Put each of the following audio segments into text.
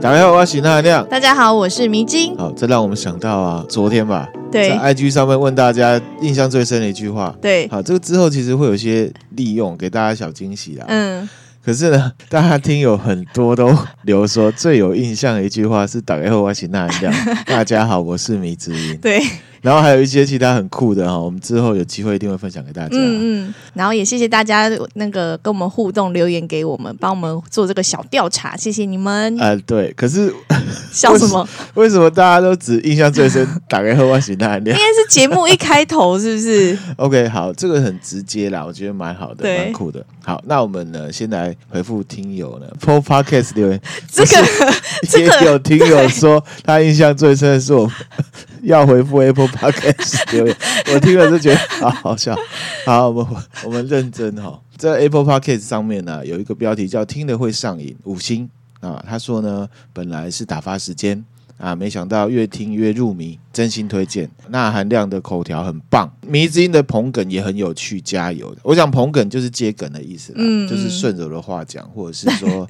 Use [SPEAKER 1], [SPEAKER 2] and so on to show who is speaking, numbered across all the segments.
[SPEAKER 1] 打开我要行那含量。
[SPEAKER 2] 大家好，我是迷津。
[SPEAKER 1] 好，这让我们想到啊，昨天吧，
[SPEAKER 2] 对
[SPEAKER 1] 在 IG 上面问大家印象最深的一句话。
[SPEAKER 2] 对，
[SPEAKER 1] 好，这个之后其实会有一些利用，给大家小惊喜啦。
[SPEAKER 2] 嗯，
[SPEAKER 1] 可是呢， 大家听友很多都留说最有印象的一句话是“打开后我行那含量”。 大家好，我是迷之音。
[SPEAKER 2] 对，
[SPEAKER 1] 然后还有一些其他很酷的哈，我们之后有机会一定会分享给大家。
[SPEAKER 2] 嗯
[SPEAKER 1] 啊
[SPEAKER 2] 嗯。然后也谢谢大家那个跟我们互动留言给我们，帮我们做这个小调查，谢谢你们。
[SPEAKER 1] 呃，对，可是
[SPEAKER 2] 笑什么？
[SPEAKER 1] 为什么大家都只印象最深“打开后我行那含量
[SPEAKER 2] 应该是节目一开头是 不是？”？
[SPEAKER 1] OK，好，这个很直接啦，我觉得蛮好的，
[SPEAKER 2] 对
[SPEAKER 1] 蛮酷的。好，那我们呢，先来回复听友呢 p o Podcast 留 言，
[SPEAKER 2] 这个这个
[SPEAKER 1] 也有听友说他印象最深的是我们 要回复 Apple Podcast 留言，我听了就觉得好好笑。好，我们我们认真哈、哦，在 Apple Podcast 上面呢、有一个标题叫“听了会上瘾”，五星啊。他说呢，本来是打发时间。啊，没想到越听越入迷，真心推荐。那含量的口条很棒，迷之音的捧梗也很有趣，加油！我想捧梗就是接梗的意思啦，
[SPEAKER 2] 嗯
[SPEAKER 1] 就是
[SPEAKER 2] 嗯
[SPEAKER 1] 顺着我的话讲，或者是 说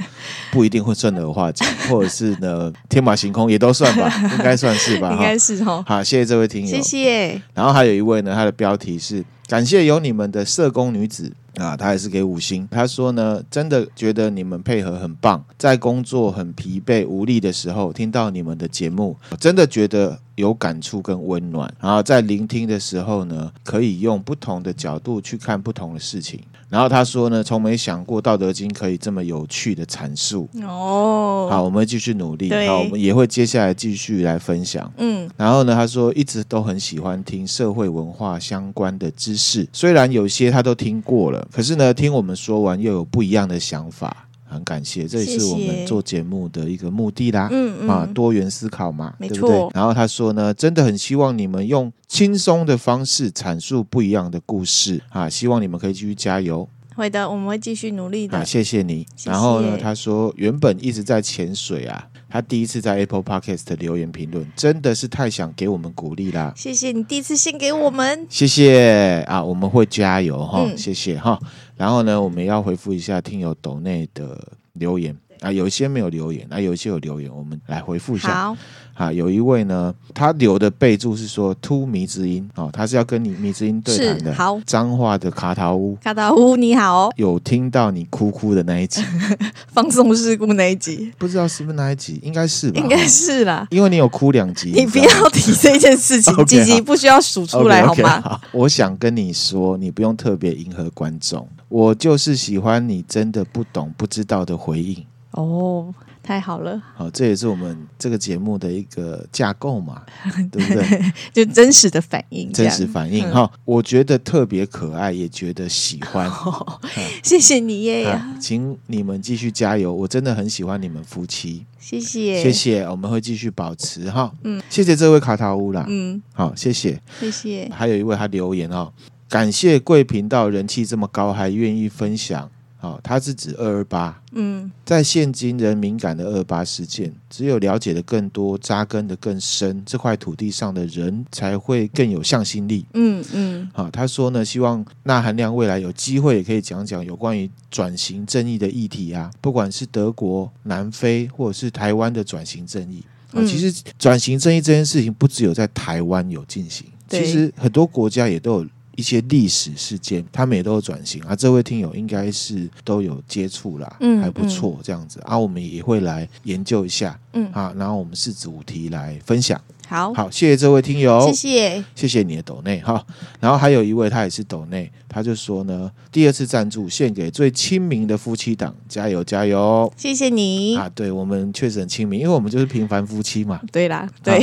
[SPEAKER 1] 不一定会顺着我的话讲，或者是呢天马行空也都算 吧，应该算是吧。
[SPEAKER 2] 应
[SPEAKER 1] 哈
[SPEAKER 2] 该是哦。
[SPEAKER 1] 啊好，谢谢这位听友，
[SPEAKER 2] 谢谢。
[SPEAKER 1] 然后还有一位呢，他的标题是“感谢有你们的社工女子”啊，他也是给五星。他说呢，真的觉得你们配合很棒，在工作很疲惫无力的时候，听到你们的节目，真的觉得有感触跟温暖。然后在聆听的时候呢，可以用不同的角度去看不同的事情。然后他说呢，从没想过《道德经》可以这么有趣的阐述。
[SPEAKER 2] 哦，
[SPEAKER 1] 好，我们会继续努力。
[SPEAKER 2] 对
[SPEAKER 1] 好，我们也会接下来继续来分享。
[SPEAKER 2] 嗯，
[SPEAKER 1] 然后呢，他说一直都很喜欢听社会文化相关的知识，虽然有些他都听过了，可是呢，听我们说完又有不一样的想法，很感谢，这也
[SPEAKER 2] 谢
[SPEAKER 1] 是
[SPEAKER 2] 谢
[SPEAKER 1] 我们做节目的一个目的啦。
[SPEAKER 2] 嗯嗯
[SPEAKER 1] 啊，多元思考嘛，
[SPEAKER 2] 没
[SPEAKER 1] 对不对
[SPEAKER 2] 错？
[SPEAKER 1] 然后他说呢，真的很希望你们用轻松的方式阐述不一样的故事啊，希望你们可以继续加油。
[SPEAKER 2] 会的，我们会继续努力
[SPEAKER 1] 啊，
[SPEAKER 2] 的。
[SPEAKER 1] 谢谢你。
[SPEAKER 2] 谢谢
[SPEAKER 1] 然后呢，他说原本一直在潜水啊，他第一次在 Apple Podcast 留言评论，真的是太想给我们鼓励啦。
[SPEAKER 2] 谢谢你第一次献给我们。
[SPEAKER 1] 谢谢啊，我们会加油哈、
[SPEAKER 2] 嗯
[SPEAKER 1] 谢谢哈。然后呢，我们要回复一下听友抖内的留言啊，有一些没有留言啊，有一些有留言，我们来回复一下
[SPEAKER 2] 好，
[SPEAKER 1] 啊。有一位呢，他留的备注是说“突迷之音”哦，他是要跟你迷之音对谈
[SPEAKER 2] 是
[SPEAKER 1] 的。
[SPEAKER 2] 好，
[SPEAKER 1] 脏话的卡塔屋
[SPEAKER 2] 卡达乌你好，哦
[SPEAKER 1] 有听到你哭哭的那 一集，
[SPEAKER 2] 放松事故那一集
[SPEAKER 1] 不知道是不是那一集，应该是吧？
[SPEAKER 2] 应该是啦。
[SPEAKER 1] 因为你有哭两集，
[SPEAKER 2] 你不
[SPEAKER 1] 知道吗
[SPEAKER 2] 要提这件事
[SPEAKER 1] 哦 OK，
[SPEAKER 2] 情，吉
[SPEAKER 1] 好
[SPEAKER 2] 吉不需要数出来
[SPEAKER 1] o
[SPEAKER 2] 好
[SPEAKER 1] k
[SPEAKER 2] 吗？
[SPEAKER 1] 好，我想跟你说，你不用特别迎合观众，我就是喜欢你真的不懂不知道的回应。
[SPEAKER 2] 哦，太好了，
[SPEAKER 1] 好，这也是我们这个节目的一个架构嘛， 对不对？
[SPEAKER 2] 就真实的反应，
[SPEAKER 1] 真实反应
[SPEAKER 2] 嗯
[SPEAKER 1] 哈、我觉得特别可爱，也觉得喜欢。
[SPEAKER 2] 这样。 哦，谢谢你耶，
[SPEAKER 1] 啊，请你们继续加油！我真的很喜欢你们夫妻，
[SPEAKER 2] 谢谢，
[SPEAKER 1] 谢，谢，我们会继续保持哈。
[SPEAKER 2] 嗯，
[SPEAKER 1] 谢谢这位卡塔乌啦，
[SPEAKER 2] 嗯，
[SPEAKER 1] 好，谢谢。
[SPEAKER 2] 谢谢，
[SPEAKER 1] 还有一位他留言哦，感谢贵频道人气这么高，还愿意分享。哦，他是指二二八，
[SPEAKER 2] 嗯，
[SPEAKER 1] 在现今人敏感的二二八事件，只有了解的更多，扎根的更深，这块土地上的人才会更有向心力。
[SPEAKER 2] 嗯嗯，
[SPEAKER 1] 好、啊他说呢，希望那含量未来有机会也可以讲讲有关于转型正义的议题啊，不管是德国、南非或者是台湾的转型正义。啊、
[SPEAKER 2] 嗯
[SPEAKER 1] 其实转型正义这件事情不只有在台湾有进行，
[SPEAKER 2] 对
[SPEAKER 1] 其实很多国家也都有。一些历史事件，他们也都有转型啊。这位听友应该是都有接触啦，
[SPEAKER 2] 嗯
[SPEAKER 1] 还不错这样子啊。我们也会来研究一下，
[SPEAKER 2] 嗯
[SPEAKER 1] 啊，然后我们是主题来分享。
[SPEAKER 2] 好，
[SPEAKER 1] 好，谢谢这位听友，
[SPEAKER 2] 谢谢，
[SPEAKER 1] 谢谢你的抖内哈。然后还有一位他也是抖内，他就说呢，第二次赞助献给最亲民的夫妻档，加油加油！
[SPEAKER 2] 谢谢你。
[SPEAKER 1] 啊，对我们确实很亲民，因为我们就是平凡夫妻嘛。
[SPEAKER 2] 对啦，对，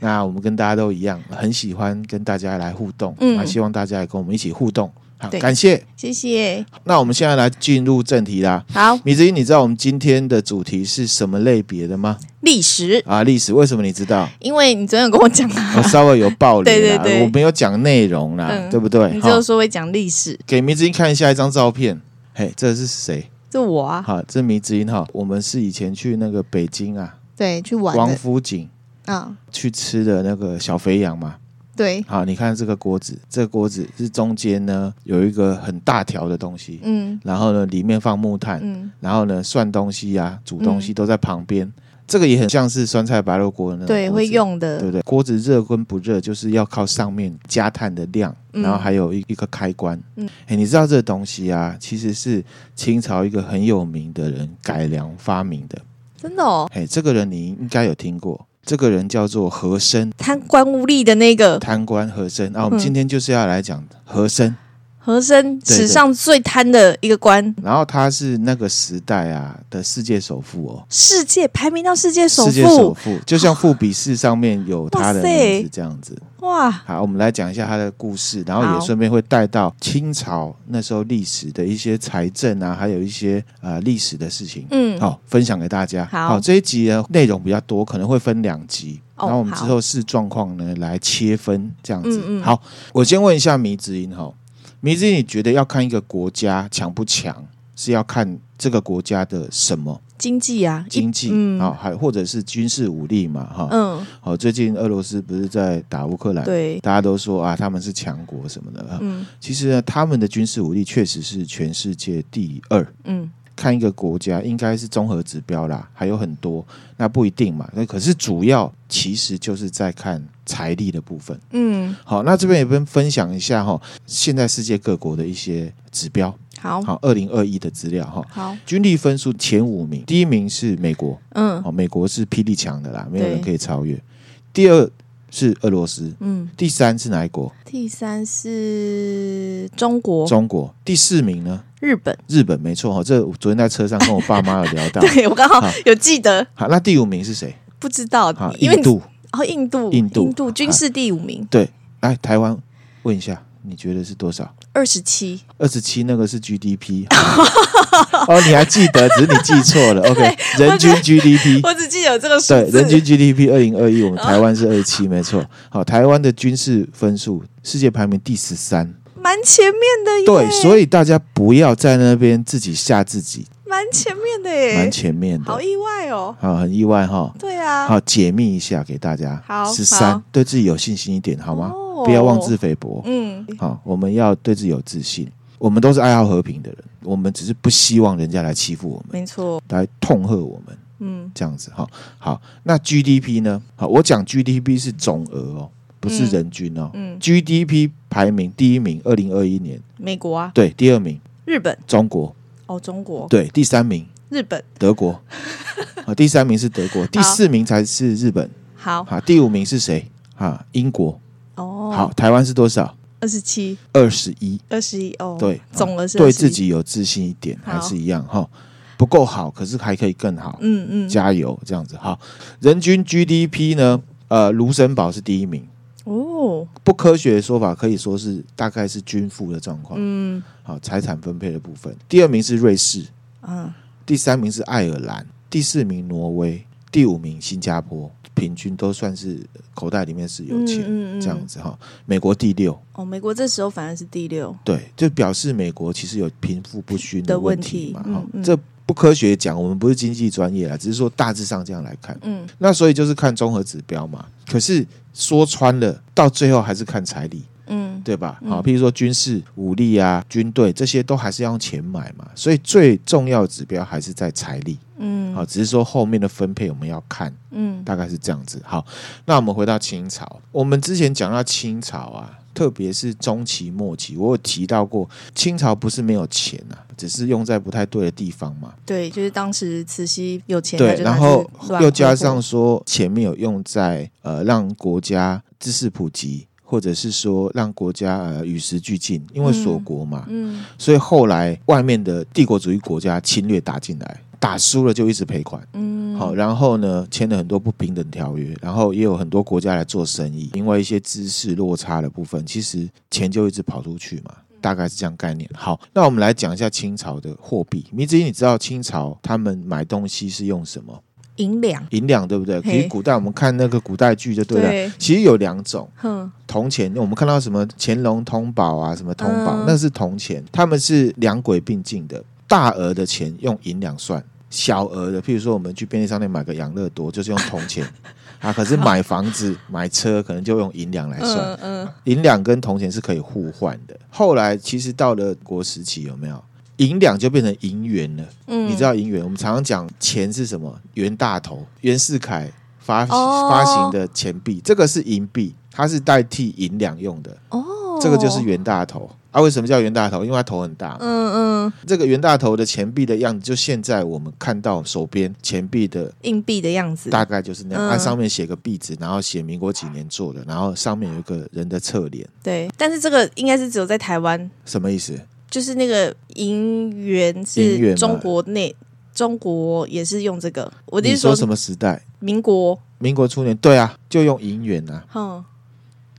[SPEAKER 1] 那我们跟大家都一样，很喜欢跟大家来互动，
[SPEAKER 2] 嗯
[SPEAKER 1] 那希望大家也跟我们一起互动。好，
[SPEAKER 2] 对
[SPEAKER 1] 感谢。
[SPEAKER 2] 谢谢。
[SPEAKER 1] 那我们现在来进入正题啦。
[SPEAKER 2] 好，
[SPEAKER 1] 米子英，你知道我们今天的主题是什么类别的吗？
[SPEAKER 2] 历史，
[SPEAKER 1] 啊，历史？为什么你知道？
[SPEAKER 2] 因为你昨天有跟我讲
[SPEAKER 1] 我
[SPEAKER 2] 啊，
[SPEAKER 1] 稍微有暴雷啦，
[SPEAKER 2] 对对对
[SPEAKER 1] 我没有讲内容啦，
[SPEAKER 2] 嗯
[SPEAKER 1] 对不对？
[SPEAKER 2] 你只
[SPEAKER 1] 好
[SPEAKER 2] 有说会讲历史，
[SPEAKER 1] 给迷之音看一下一张照片。嘿，这是谁？
[SPEAKER 2] 这我啊，
[SPEAKER 1] 好，这迷之音哈，我们是以前去那个北京啊，
[SPEAKER 2] 对，去玩
[SPEAKER 1] 王
[SPEAKER 2] 的
[SPEAKER 1] 府井
[SPEAKER 2] 啊，
[SPEAKER 1] 去吃的那个小肥羊嘛。
[SPEAKER 2] 对，
[SPEAKER 1] 好，你看这个锅子，这个锅子是中间呢有一个很大条的东西，
[SPEAKER 2] 嗯
[SPEAKER 1] 然后呢里面放木炭，
[SPEAKER 2] 嗯，
[SPEAKER 1] 然后呢涮东西啊、煮东西都在旁边。这个也很像是酸菜白肉锅的那种
[SPEAKER 2] 对，
[SPEAKER 1] 锅子
[SPEAKER 2] 会用
[SPEAKER 1] 嗯对
[SPEAKER 2] 的，
[SPEAKER 1] 不对？锅子热跟不热，就是要靠上面加炭的量，
[SPEAKER 2] 嗯
[SPEAKER 1] 然后还有一一个开关。
[SPEAKER 2] 嗯
[SPEAKER 1] 嗯，哎，你知道这个东西啊，其实是清朝一个很有名的人改良发明的。
[SPEAKER 2] 真的哦。
[SPEAKER 1] 哎，这个人你应该有听过，这个人叫做和珅，
[SPEAKER 2] 贪官污吏的那个
[SPEAKER 1] 贪官和珅。啊，我们
[SPEAKER 2] 嗯
[SPEAKER 1] 今天就是要来讲和珅。
[SPEAKER 2] 和珅，
[SPEAKER 1] 对
[SPEAKER 2] 史上最贪的一个官，
[SPEAKER 1] 然后他是那个时代啊的世界首富哦，
[SPEAKER 2] 世界排名到世界首
[SPEAKER 1] 世界首
[SPEAKER 2] 富，啊
[SPEAKER 1] 富，就像富比士上面有他的
[SPEAKER 2] 哇塞
[SPEAKER 1] 名字这样子。
[SPEAKER 2] 哇，
[SPEAKER 1] 好，我们来讲一下他的故事，然后
[SPEAKER 2] 好
[SPEAKER 1] 也顺便会带到清朝那时候历史的一些财政啊，还有一些呃历史的事情，
[SPEAKER 2] 嗯，
[SPEAKER 1] 好、分享给大家。
[SPEAKER 2] 好
[SPEAKER 1] 这一集呢内容比较多，可能会分两集，
[SPEAKER 2] 哦
[SPEAKER 1] 然后我们之
[SPEAKER 2] 好
[SPEAKER 1] 后视状况呢来切分这样子。
[SPEAKER 2] 嗯嗯
[SPEAKER 1] 好，我先问一下迷之音哈、迷之音，你觉得要看一个国家强不强，是要看这个国家的什么
[SPEAKER 2] 经济啊，一
[SPEAKER 1] 经济
[SPEAKER 2] 嗯
[SPEAKER 1] 啊，还、或者是军事武力嘛哈？
[SPEAKER 2] 嗯，
[SPEAKER 1] 好、最近俄罗斯不是在打乌克兰？
[SPEAKER 2] 对，
[SPEAKER 1] 大家都说啊，他们是强国什么的。啊
[SPEAKER 2] 嗯
[SPEAKER 1] 其实呢，他们的军事武力确实是全世界第二。
[SPEAKER 2] 嗯
[SPEAKER 1] 看一个国家应该是综合指标啦，还有很多，那不一定嘛。那可是主要其实就是在看财力的部分。
[SPEAKER 2] 嗯，
[SPEAKER 1] 好，那这边也跟分享一下哈、现在世界各国的一些指标。
[SPEAKER 2] 好
[SPEAKER 1] 好，二零二一的资料哈、
[SPEAKER 2] 好，
[SPEAKER 1] 军力分数前五名，第一名是美国，
[SPEAKER 2] 嗯
[SPEAKER 1] 哦，美国是霹雳强的啦，没有人
[SPEAKER 2] 对
[SPEAKER 1] 可以超越。第二是俄罗斯，
[SPEAKER 2] 嗯，
[SPEAKER 1] 第三是哪一国？
[SPEAKER 2] 第三是中国、
[SPEAKER 1] 中国第四名呢？
[SPEAKER 2] 日本，
[SPEAKER 1] 日本没错哈，这我昨天在车上跟我爸妈有 聊到。
[SPEAKER 2] 对我刚好
[SPEAKER 1] 好
[SPEAKER 2] 有记得，
[SPEAKER 1] 好，那第五名是谁？
[SPEAKER 2] 不知道
[SPEAKER 1] 好，，
[SPEAKER 2] 因为
[SPEAKER 1] 印度。
[SPEAKER 2] 哦，印度，
[SPEAKER 1] 印度
[SPEAKER 2] 印度军事第五名，
[SPEAKER 1] 对，来台湾问一下，你觉得是多少？
[SPEAKER 2] 二十七，
[SPEAKER 1] 二十七那个是 GDP。哦，你还记得，只是你记错了。OK，人均 GDP。
[SPEAKER 2] 我只记得有这个数
[SPEAKER 1] 对，
[SPEAKER 2] 字，
[SPEAKER 1] 人均 GDP 二零二一，我们台湾是二十七，没错。好，台湾的军事分数世界排名第十三。
[SPEAKER 2] 蛮前面的耶，
[SPEAKER 1] 对，所以大家不要在那边自己吓自己，
[SPEAKER 2] 蛮前面的耶，
[SPEAKER 1] 蛮前面的
[SPEAKER 2] 好。意外哦，
[SPEAKER 1] 好，很意外哈。
[SPEAKER 2] 对啊，
[SPEAKER 1] 好，解密一下给大家。
[SPEAKER 2] 好
[SPEAKER 1] 十
[SPEAKER 2] 好
[SPEAKER 1] 三，对自己有信心一点，好吗？
[SPEAKER 2] 哦
[SPEAKER 1] 不要妄自菲薄。
[SPEAKER 2] 嗯，
[SPEAKER 1] 好，我们要对自己有自信。我们都是爱好和平的人，我们只是不希望人家来欺负我们，
[SPEAKER 2] 没错，
[SPEAKER 1] 来痛恨我们
[SPEAKER 2] 嗯
[SPEAKER 1] 这样子哈。好，那 GDP 呢？好，我讲 GDP 是总额哦，不是
[SPEAKER 2] 嗯
[SPEAKER 1] 人均哦。
[SPEAKER 2] 嗯，
[SPEAKER 1] GDP 排名第一名，二零二一年，
[SPEAKER 2] 美国啊，
[SPEAKER 1] 对，第二名
[SPEAKER 2] 日本，
[SPEAKER 1] 中国，
[SPEAKER 2] 哦，中国，
[SPEAKER 1] 对，第三名
[SPEAKER 2] 日本，
[SPEAKER 1] 德 国，啊，第三名是德国，第四名才是日本，
[SPEAKER 2] 好，
[SPEAKER 1] 啊，第五名是谁？啊，英国。
[SPEAKER 2] 哦，
[SPEAKER 1] 好，，台湾是多少？
[SPEAKER 2] 二十七，
[SPEAKER 1] 二十一。
[SPEAKER 2] 二十一，哦，
[SPEAKER 1] 对，
[SPEAKER 2] 总额是
[SPEAKER 1] 对
[SPEAKER 2] 21
[SPEAKER 1] 自，己有自信一点，
[SPEAKER 2] 好
[SPEAKER 1] 还是一样哈。不够好，可是还可以更好，
[SPEAKER 2] 嗯嗯，
[SPEAKER 1] 加油这样子哈。人均 GDP 呢？呃，卢森堡是第一名。
[SPEAKER 2] 哦，
[SPEAKER 1] 不科学的说法可以说是大概是均富的状况。
[SPEAKER 2] 嗯
[SPEAKER 1] 好，财产分配的部分，第二名是瑞士，
[SPEAKER 2] 嗯，
[SPEAKER 1] 第三名是爱尔兰，第四名挪威，第五名新加坡，平均都算是口袋里面是有钱、
[SPEAKER 2] 嗯嗯嗯
[SPEAKER 1] 这样子哈。美国第六，
[SPEAKER 2] 哦，美国这时候反而是第六，
[SPEAKER 1] 对，就表示美国其实有贫富不均
[SPEAKER 2] 的
[SPEAKER 1] 问
[SPEAKER 2] 问
[SPEAKER 1] 题
[SPEAKER 2] 题
[SPEAKER 1] 嘛。哈、
[SPEAKER 2] 嗯嗯
[SPEAKER 1] 这不科学讲，我们不是经济专业啦，只是说大致上这样来看。
[SPEAKER 2] 嗯，
[SPEAKER 1] 那所以就是看综合指标嘛。可是说穿了，到最后还是看财力，
[SPEAKER 2] 嗯，
[SPEAKER 1] 对吧？
[SPEAKER 2] 嗯
[SPEAKER 1] 好、譬如说军事武力啊、军队这些都还是要用钱买嘛。所以最重要的指标还是在财力。
[SPEAKER 2] 嗯，
[SPEAKER 1] 好、只是说后面的分配我们要看，
[SPEAKER 2] 嗯，
[SPEAKER 1] 大概是这样子。好，那我们回到清朝，我们之前讲到清朝啊，特别是中期末期，我有提到过，清朝不是没有钱啊，只是用在不太对的地方嘛。
[SPEAKER 2] 对，就是当时慈禧有钱，
[SPEAKER 1] 对
[SPEAKER 2] 她，就拿
[SPEAKER 1] 然
[SPEAKER 2] 去
[SPEAKER 1] 后
[SPEAKER 2] 乱
[SPEAKER 1] 又加
[SPEAKER 2] 挥霍
[SPEAKER 1] 上说前面有用在呃让国家知识普及，或者是说让国家呃与时俱进，因为锁
[SPEAKER 2] 嗯
[SPEAKER 1] 国嘛，
[SPEAKER 2] 嗯，
[SPEAKER 1] 所以后来外面的帝国主义国家侵略打进来，打输了就一直赔款。
[SPEAKER 2] 嗯，
[SPEAKER 1] 好，然后呢，签了很多不平等条约，然后也有很多国家来做生意，因为一些知识落差的部分，其实钱就一直跑出去嘛，
[SPEAKER 2] 嗯
[SPEAKER 1] 大概是这样概念。好，那我们来讲一下清朝的货币。米子英，你知道清朝他们买东西是用什么？
[SPEAKER 2] 银两，
[SPEAKER 1] 银两，对不对？
[SPEAKER 2] 嘿
[SPEAKER 1] 其实古代我们看那个古代剧就对了，
[SPEAKER 2] 对
[SPEAKER 1] 其实有两种。
[SPEAKER 2] 哼，
[SPEAKER 1] 铜钱，我们看到什么乾隆通宝啊，什么通宝，
[SPEAKER 2] 嗯
[SPEAKER 1] 那是铜钱，他们是两轨并进的，大额的钱用银两算，小额的，譬如说我们去便利商店买个养乐多，就是用铜 钱啊，可是买房子、 买车可能就用银两来算，
[SPEAKER 2] 嗯嗯，
[SPEAKER 1] 银两跟铜钱是可以互换的。后来其实到了国时期，有没有？银两就变成银元了，
[SPEAKER 2] 嗯
[SPEAKER 1] 你知道银元？我们常常讲钱是什么？袁大头、袁世凯发、
[SPEAKER 2] 哦
[SPEAKER 1] 发行的钱币，这个是银币，它是代替银两用的。
[SPEAKER 2] 哦，
[SPEAKER 1] 这个就是袁大头啊。为什么叫袁大头？因为他头很大。
[SPEAKER 2] 嗯嗯
[SPEAKER 1] 这个袁大头的钱币的样子，就现在我们看到手边钱币的
[SPEAKER 2] 硬币的样子，
[SPEAKER 1] 大概就是那样，
[SPEAKER 2] 嗯
[SPEAKER 1] 按、上面写个币字，然后写民国几年做的，然后上面有一个人的侧脸，
[SPEAKER 2] 对，但是这个应该是只有在台湾，
[SPEAKER 1] 什么意思？
[SPEAKER 2] 就是那个银元
[SPEAKER 1] 银元啊
[SPEAKER 2] 是
[SPEAKER 1] 嘛
[SPEAKER 2] 中国内，中国也是用这个，我的意
[SPEAKER 1] 你
[SPEAKER 2] 思说
[SPEAKER 1] 说什么时代？
[SPEAKER 2] 民国，
[SPEAKER 1] 民国初年，对啊，就用银元啊，
[SPEAKER 2] 哼，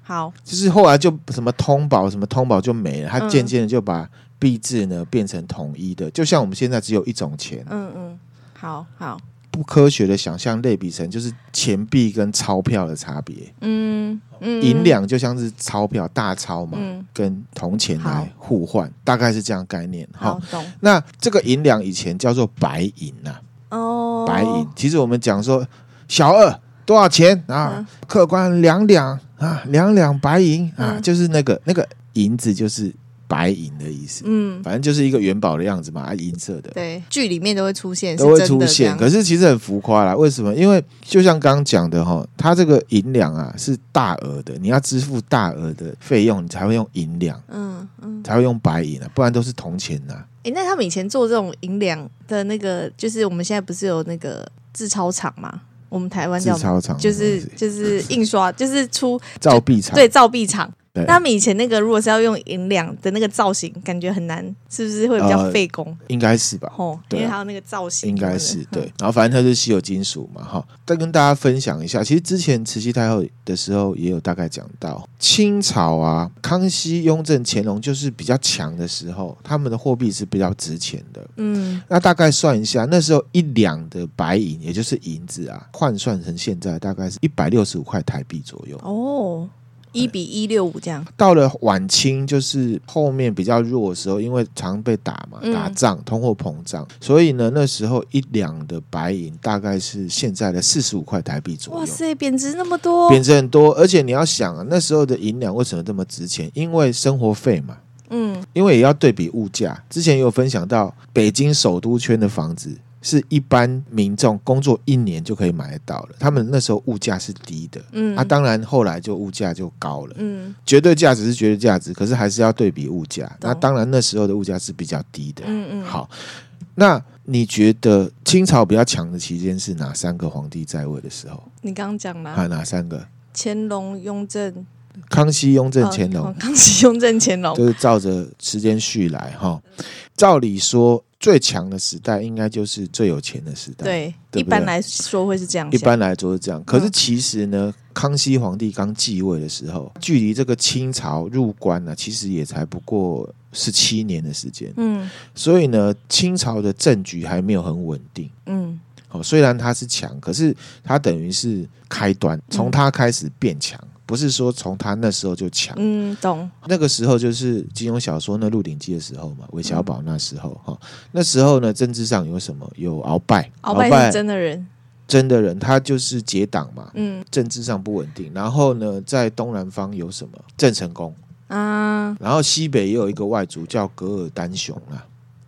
[SPEAKER 2] 好，
[SPEAKER 1] 就是后来就什么通宝，什么通宝就没了，它
[SPEAKER 2] 嗯
[SPEAKER 1] 渐渐的就把币制呢变成统一的，就像我们现在只有一种钱，啊
[SPEAKER 2] 嗯嗯，好好，
[SPEAKER 1] 不科学的想象类比成就是钱币跟钞票的差别。
[SPEAKER 2] 嗯嗯，
[SPEAKER 1] 银两就像是钞票大钞嘛，
[SPEAKER 2] 嗯
[SPEAKER 1] 跟铜钱
[SPEAKER 2] 好
[SPEAKER 1] 来互换，大概是这样概念。
[SPEAKER 2] 好
[SPEAKER 1] 好，
[SPEAKER 2] 懂
[SPEAKER 1] 那这个银两以前叫做白银啊呐、
[SPEAKER 2] 哦，
[SPEAKER 1] 白银。其实我们讲说小二多少钱啊？
[SPEAKER 2] 嗯
[SPEAKER 1] 客官两两啊，两两白银啊，
[SPEAKER 2] 嗯
[SPEAKER 1] 就是那个那个银子就是白银的意思，
[SPEAKER 2] 嗯，
[SPEAKER 1] 反正就是一个元宝的样子嘛，啊，银色的。
[SPEAKER 2] 对，剧里面都会出现，
[SPEAKER 1] 都会
[SPEAKER 2] 是真
[SPEAKER 1] 出
[SPEAKER 2] 的这
[SPEAKER 1] 现，
[SPEAKER 2] 样
[SPEAKER 1] 可是其实很浮夸啦。为什么？因为就像刚刚讲的哈，它这个银两啊是大额的，你要支付大额的费用，你才会用银两，
[SPEAKER 2] 嗯嗯，
[SPEAKER 1] 才会用白银啊，不然都是铜钱呐、
[SPEAKER 2] 哎，那他们以前做这种银两的那个，就是我们现在不是有那个制钞厂嘛？我们台湾
[SPEAKER 1] 制
[SPEAKER 2] 叫
[SPEAKER 1] 钞厂
[SPEAKER 2] 就是就是印刷，就是出
[SPEAKER 1] 造币厂，
[SPEAKER 2] 对造币厂。
[SPEAKER 1] 对
[SPEAKER 2] 那他们以前那个如果是要用银两的那个造型，感觉很难，是不是会比较
[SPEAKER 1] 呃
[SPEAKER 2] 费工？
[SPEAKER 1] 应该是吧？
[SPEAKER 2] 哦，因
[SPEAKER 1] 对啊
[SPEAKER 2] 为还有那个造型，
[SPEAKER 1] 应该是
[SPEAKER 2] 嗯
[SPEAKER 1] 对，然后反正它是稀有金属嘛，哈。再跟大家分享一下，其实之前慈禧太后的时候也有大概讲到，清朝啊，康熙、雍正、乾隆就是比较强的时候，他们的货币是比较值钱的。
[SPEAKER 2] 嗯，
[SPEAKER 1] 那大概算一下，那时候一两的白银，也就是银子啊，换算成现在大概是一百六十五块台币左右。
[SPEAKER 2] 哦，
[SPEAKER 1] 哎
[SPEAKER 2] 一比一六五这样，
[SPEAKER 1] 到了晚清，就是后面比较弱的时候，因为常被打嘛，
[SPEAKER 2] 嗯
[SPEAKER 1] 打仗、通货膨胀，所以呢，那时候一两的白银大概是现在的四十五块台币左
[SPEAKER 2] 哇
[SPEAKER 1] 右。
[SPEAKER 2] 塞，贬值那么多，
[SPEAKER 1] 贬值很多，而且你要想啊，那时候的银两为什么这么值钱？因为生活费嘛，
[SPEAKER 2] 嗯，
[SPEAKER 1] 因为也要对比物价。之前也有分享到，北京首都圈的房子是一般民众工作一年就可以买得到了，他们那时候物价是低的，
[SPEAKER 2] 嗯
[SPEAKER 1] 啊，当然后来就物价就高了，
[SPEAKER 2] 嗯
[SPEAKER 1] 绝对价值是绝对价值，可是还是要对比物价。
[SPEAKER 2] 懂
[SPEAKER 1] 那当然那时候的物价是比较低的。
[SPEAKER 2] 嗯嗯，
[SPEAKER 1] 好，那你觉得清朝比较强的期间是哪三个皇帝在位的时候
[SPEAKER 2] 你刚刚讲了
[SPEAKER 1] 啊？哪三个？
[SPEAKER 2] 乾隆、雍正、
[SPEAKER 1] 康熙、雍正、
[SPEAKER 2] 哦
[SPEAKER 1] 乾隆
[SPEAKER 2] 哦，康熙、雍正、乾隆，
[SPEAKER 1] 就是照着时间序来哈。
[SPEAKER 2] 嗯
[SPEAKER 1] 照理说，最强的时代应该就是最有钱的时代。，
[SPEAKER 2] 对，嗯
[SPEAKER 1] 对
[SPEAKER 2] 一
[SPEAKER 1] 不
[SPEAKER 2] 般
[SPEAKER 1] 对
[SPEAKER 2] 来说会是这样
[SPEAKER 1] 一
[SPEAKER 2] 想，
[SPEAKER 1] 般来说是这样。可是其实呢，康熙皇帝刚继位的时候，距离这个清朝入关呢、其实也才不过十七年的时间。
[SPEAKER 2] 嗯
[SPEAKER 1] 所以呢，清朝的政局还没有很稳定。
[SPEAKER 2] 嗯
[SPEAKER 1] 哦，虽然它是强，可是它等于是开
[SPEAKER 2] 嗯
[SPEAKER 1] 端，从它开始变强，不是说从它那时候就强。
[SPEAKER 2] 嗯，懂，
[SPEAKER 1] 那个时候就是金庸小说那《鹿鼎记》的时候嘛，韦小宝那时候哈、那时候呢，政治上有什么？有鳌拜，
[SPEAKER 2] 嗯鳌拜是真的人，
[SPEAKER 1] 真的人，他就是结党嘛，
[SPEAKER 2] 嗯
[SPEAKER 1] 政治上不稳定。然后呢，在东南方有什么？郑成功，
[SPEAKER 2] 啊，
[SPEAKER 1] 然后西北也有一个外族叫噶尔丹雄啊，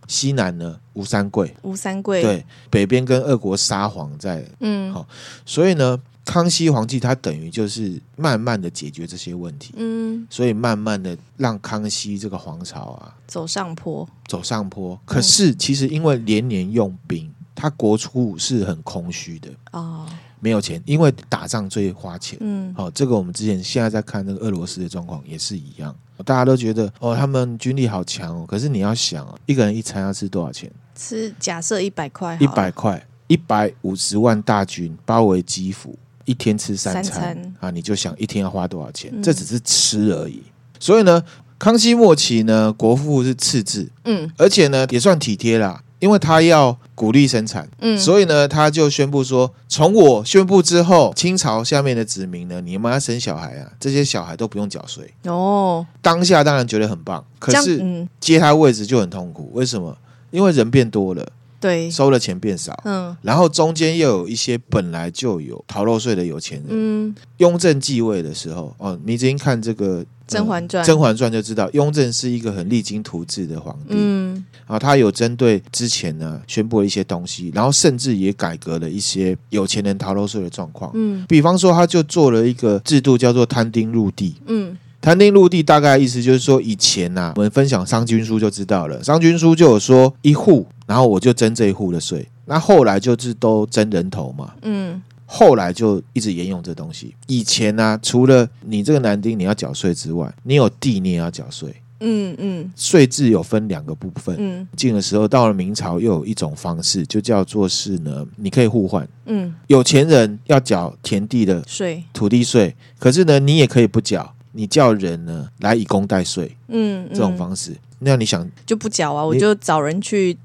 [SPEAKER 1] 西南呢吴三桂，
[SPEAKER 2] 吴三桂，，
[SPEAKER 1] 对，北边跟俄国沙皇在，
[SPEAKER 2] 嗯，
[SPEAKER 1] 好所以呢，康熙皇帝他等于就是慢慢的解决这些问题，
[SPEAKER 2] 嗯，
[SPEAKER 1] 所以慢慢的让康熙这个皇朝啊
[SPEAKER 2] 走上坡，
[SPEAKER 1] 走上
[SPEAKER 2] 嗯
[SPEAKER 1] 坡。可是其实因为连年用兵，他国库是很空虚的，
[SPEAKER 2] 哦，
[SPEAKER 1] 没有钱，因为打仗最花钱。
[SPEAKER 2] 嗯，
[SPEAKER 1] 好、这个我们之前现在在看那个俄罗斯的状况也是一样，大家都觉得哦，他们军力好强哦。可是你要想哦，一个人一餐要吃多少钱？
[SPEAKER 2] 是假设一百块好
[SPEAKER 1] 一
[SPEAKER 2] 了，
[SPEAKER 1] 百块，一百五十万大军包围基辅，一天吃三餐
[SPEAKER 2] 三餐
[SPEAKER 1] 啊，你就想一天要花多少钱？
[SPEAKER 2] 嗯
[SPEAKER 1] 这只是吃而已。所以呢，康熙末期呢，国父是赤字，
[SPEAKER 2] 嗯
[SPEAKER 1] 而且呢也算体贴啦，因为他要鼓励生产。
[SPEAKER 2] 嗯，
[SPEAKER 1] 所以呢，他就宣布说，从我宣布之后，清朝下面的子民呢，你们要生小孩啊，这些小孩都不用缴税。
[SPEAKER 2] 哦，
[SPEAKER 1] 当下当然觉得很棒，可
[SPEAKER 2] 这样，
[SPEAKER 1] 是
[SPEAKER 2] 嗯，
[SPEAKER 1] 接他位置就很痛苦。为什么？因为人变多了，
[SPEAKER 2] 对，
[SPEAKER 1] 收的钱变少，
[SPEAKER 2] 嗯
[SPEAKER 1] 然后中间又有一些本来就有逃漏税的有钱人。
[SPEAKER 2] 嗯，
[SPEAKER 1] 雍正继位的时候，哦，你已经看这个《
[SPEAKER 2] 甄嬛传
[SPEAKER 1] 呃甄嬛传》就知道，雍正是一个很励精图治的皇帝。
[SPEAKER 2] 嗯
[SPEAKER 1] 啊，他有针对之前呢宣布了一些东西，然后甚至也改革了一些有钱人逃漏税的状况。
[SPEAKER 2] 嗯
[SPEAKER 1] 比方说，他就做了一个制度，叫做摊丁入地。
[SPEAKER 2] 嗯
[SPEAKER 1] 摊丁入地大概意思就是说，以前呐、我们分享商君书就知道了，商君书就有说一户，然后我就征这一户的税。那后来就是都征人头嘛，
[SPEAKER 2] 嗯
[SPEAKER 1] 后来就一直沿用这东西。以前呢、除了你这个男丁你要缴税之外，你有地你也要缴税。
[SPEAKER 2] 嗯嗯
[SPEAKER 1] 税制有分两个部分，
[SPEAKER 2] 嗯
[SPEAKER 1] 进的时候，到了明朝又有一种方式，就叫做是呢，你可以互换，
[SPEAKER 2] 嗯，
[SPEAKER 1] 有钱人要缴田地的
[SPEAKER 2] 税，
[SPEAKER 1] 土地税，可是呢，你也可以不缴，你叫人呢来以工代税
[SPEAKER 2] 嗯，
[SPEAKER 1] 这种
[SPEAKER 2] 嗯
[SPEAKER 1] 方式。那你想，
[SPEAKER 2] 就不缴啊，我
[SPEAKER 1] 你
[SPEAKER 2] 就找人去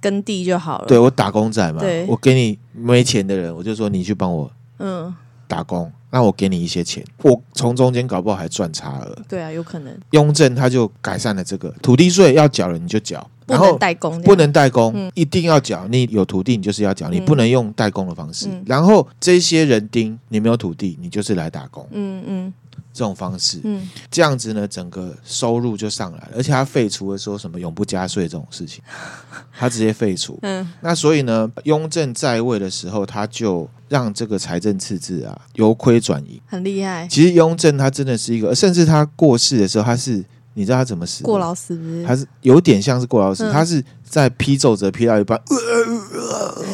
[SPEAKER 2] 耕地就好了。
[SPEAKER 1] 对，我打工仔嘛
[SPEAKER 2] 对，
[SPEAKER 1] 我给你没钱的人，我就说你去帮我
[SPEAKER 2] 嗯，
[SPEAKER 1] 打工，那我给你一些钱，我从中间搞不好还赚差额。
[SPEAKER 2] 对啊，有可能
[SPEAKER 1] 雍正他就改善了这个土地税，要缴了你就缴，
[SPEAKER 2] 不
[SPEAKER 1] 然后
[SPEAKER 2] 能代工，
[SPEAKER 1] 不，能代工，
[SPEAKER 2] 嗯
[SPEAKER 1] 一定要缴。你有土地，你就是要缴，你
[SPEAKER 2] 嗯
[SPEAKER 1] 不能用代工的方式。
[SPEAKER 2] 嗯
[SPEAKER 1] 然后这些人丁，你没有土地，你就是来打工
[SPEAKER 2] 嗯嗯
[SPEAKER 1] 这种方式。
[SPEAKER 2] 嗯，
[SPEAKER 1] 这样子呢，整个收入就上来了，而且他废除了说什么永不加税这种事情，他直接废除。
[SPEAKER 2] 嗯，
[SPEAKER 1] 那所以呢，雍正在位的时候，他就让这个财政赤字啊由亏转盈。
[SPEAKER 2] 很厉害。
[SPEAKER 1] 其实雍正他真的是一个，呃甚至他过世的时候，他是你知道他怎么死的吗？
[SPEAKER 2] 过劳死不是
[SPEAKER 1] 他是有点像是过劳死，
[SPEAKER 2] 嗯
[SPEAKER 1] 他是在批奏折批到一半，呃